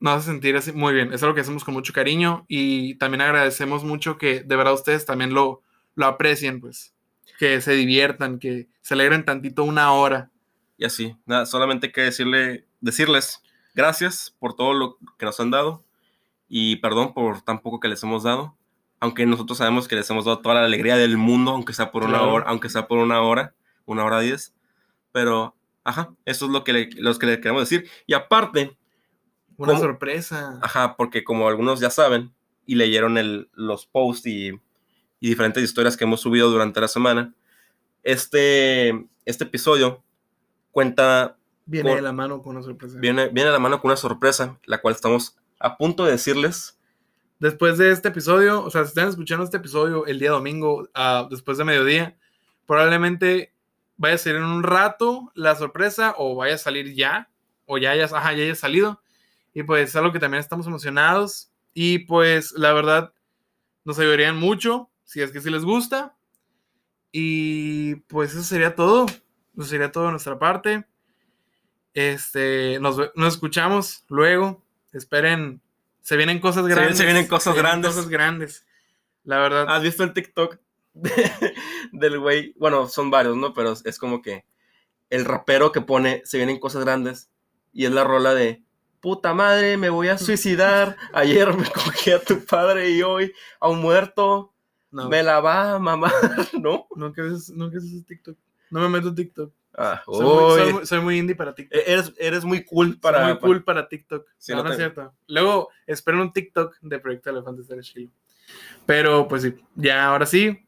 Speaker 2: nos hace sentir así muy bien. Es algo que hacemos con mucho cariño y también agradecemos mucho que de verdad ustedes también lo, lo aprecien, pues. Que se diviertan, que se alegren tantito una hora.
Speaker 3: Y así, nada, solamente hay que decirle, decirles gracias por todo lo que nos han dado y perdón por tan poco que les hemos dado. Aunque nosotros sabemos que les hemos dado toda la alegría del mundo, aunque sea por una
Speaker 2: Claro.
Speaker 3: hora, aunque sea por una hora, una hora diez. Pero, ajá, eso es lo que, le, los que le queremos decir. Y aparte,
Speaker 2: Una
Speaker 3: ¿Cómo? Ah,
Speaker 2: sorpresa.
Speaker 3: Ajá, porque como algunos ya saben y leyeron el, los posts y, y diferentes historias que hemos subido durante la semana, este, este episodio cuenta,
Speaker 2: Viene
Speaker 3: con-
Speaker 2: de la mano con una sorpresa.
Speaker 3: viene, viene a la mano con una sorpresa, la cual estamos a punto de decirles.
Speaker 2: después de este episodio, o sea, si están escuchando este episodio el día domingo, ah, después de mediodía, probablemente vaya a salir en un rato la sorpresa o vaya a salir ya, o ya hayas, ajá, ya haya salido. Y pues es algo que también estamos emocionados y pues la verdad nos ayudarían mucho si es que sí les gusta. Y pues eso sería todo, eso sería todo de nuestra parte. Este, nos, ve- nos escuchamos luego. Esperen, se vienen cosas
Speaker 3: vienen-
Speaker 2: grandes.
Speaker 3: se vienen cosas grandes. Ah,
Speaker 2: cosas grandes. La verdad.
Speaker 3: ¿Has visto el TikTok [LAUGHS] de- del güey? Bueno, son varios, ¿no? Pero es como que el rapero que pone se vienen cosas grandes y es la rola de puta madre, me voy a suicidar. Ayer me [LAUGHS] cogí a tu padre y hoy a un muerto.
Speaker 2: no,
Speaker 3: Me la va a mamar, [LAUGHS] ¿no?
Speaker 2: nunca ves, nunca ves TikTok. No me meto en TikTok.
Speaker 3: Ah,
Speaker 2: Soy muy,
Speaker 3: uy.
Speaker 2: soy muy- soy muy indie para TikTok.
Speaker 3: E- eres, eres muy cool
Speaker 2: Soy
Speaker 3: para.
Speaker 2: muy cool para TikTok.
Speaker 3: Sí,
Speaker 2: Ah, No,
Speaker 3: no
Speaker 2: no es
Speaker 3: te-
Speaker 2: cierto. Luego, esperen un TikTok de Proyecto Elefante Estar Chilo. Pero, pues sí, ya ahora sí.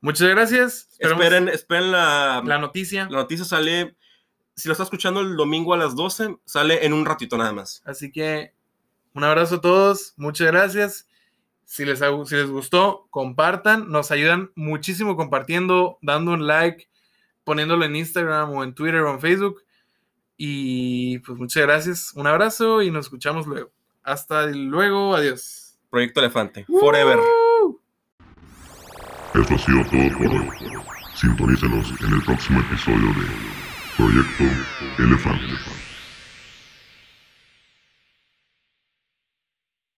Speaker 2: Muchas gracias.
Speaker 3: para-
Speaker 2: Esperemos
Speaker 3: Esperen, esperen la,
Speaker 2: la noticia.
Speaker 3: la noticia. Sale. Si lo está escuchando el domingo a las 12, sale en un ratito nada más.
Speaker 2: Así que un abrazo a todos. Muchas gracias. Si les, ha- si les gustó, compartan. Nos ayudan muchísimo compartiendo, dando un like, poniéndolo en Instagram o en Twitter o en Facebook. Y pues muchas gracias. Un abrazo y nos escuchamos luego. Hasta luego. Adiós.
Speaker 3: Proyecto Elefante. Forever.
Speaker 1: Eso ha sido todo por hoy. Sintonícenos en el próximo episodio de Proyecto Elefante.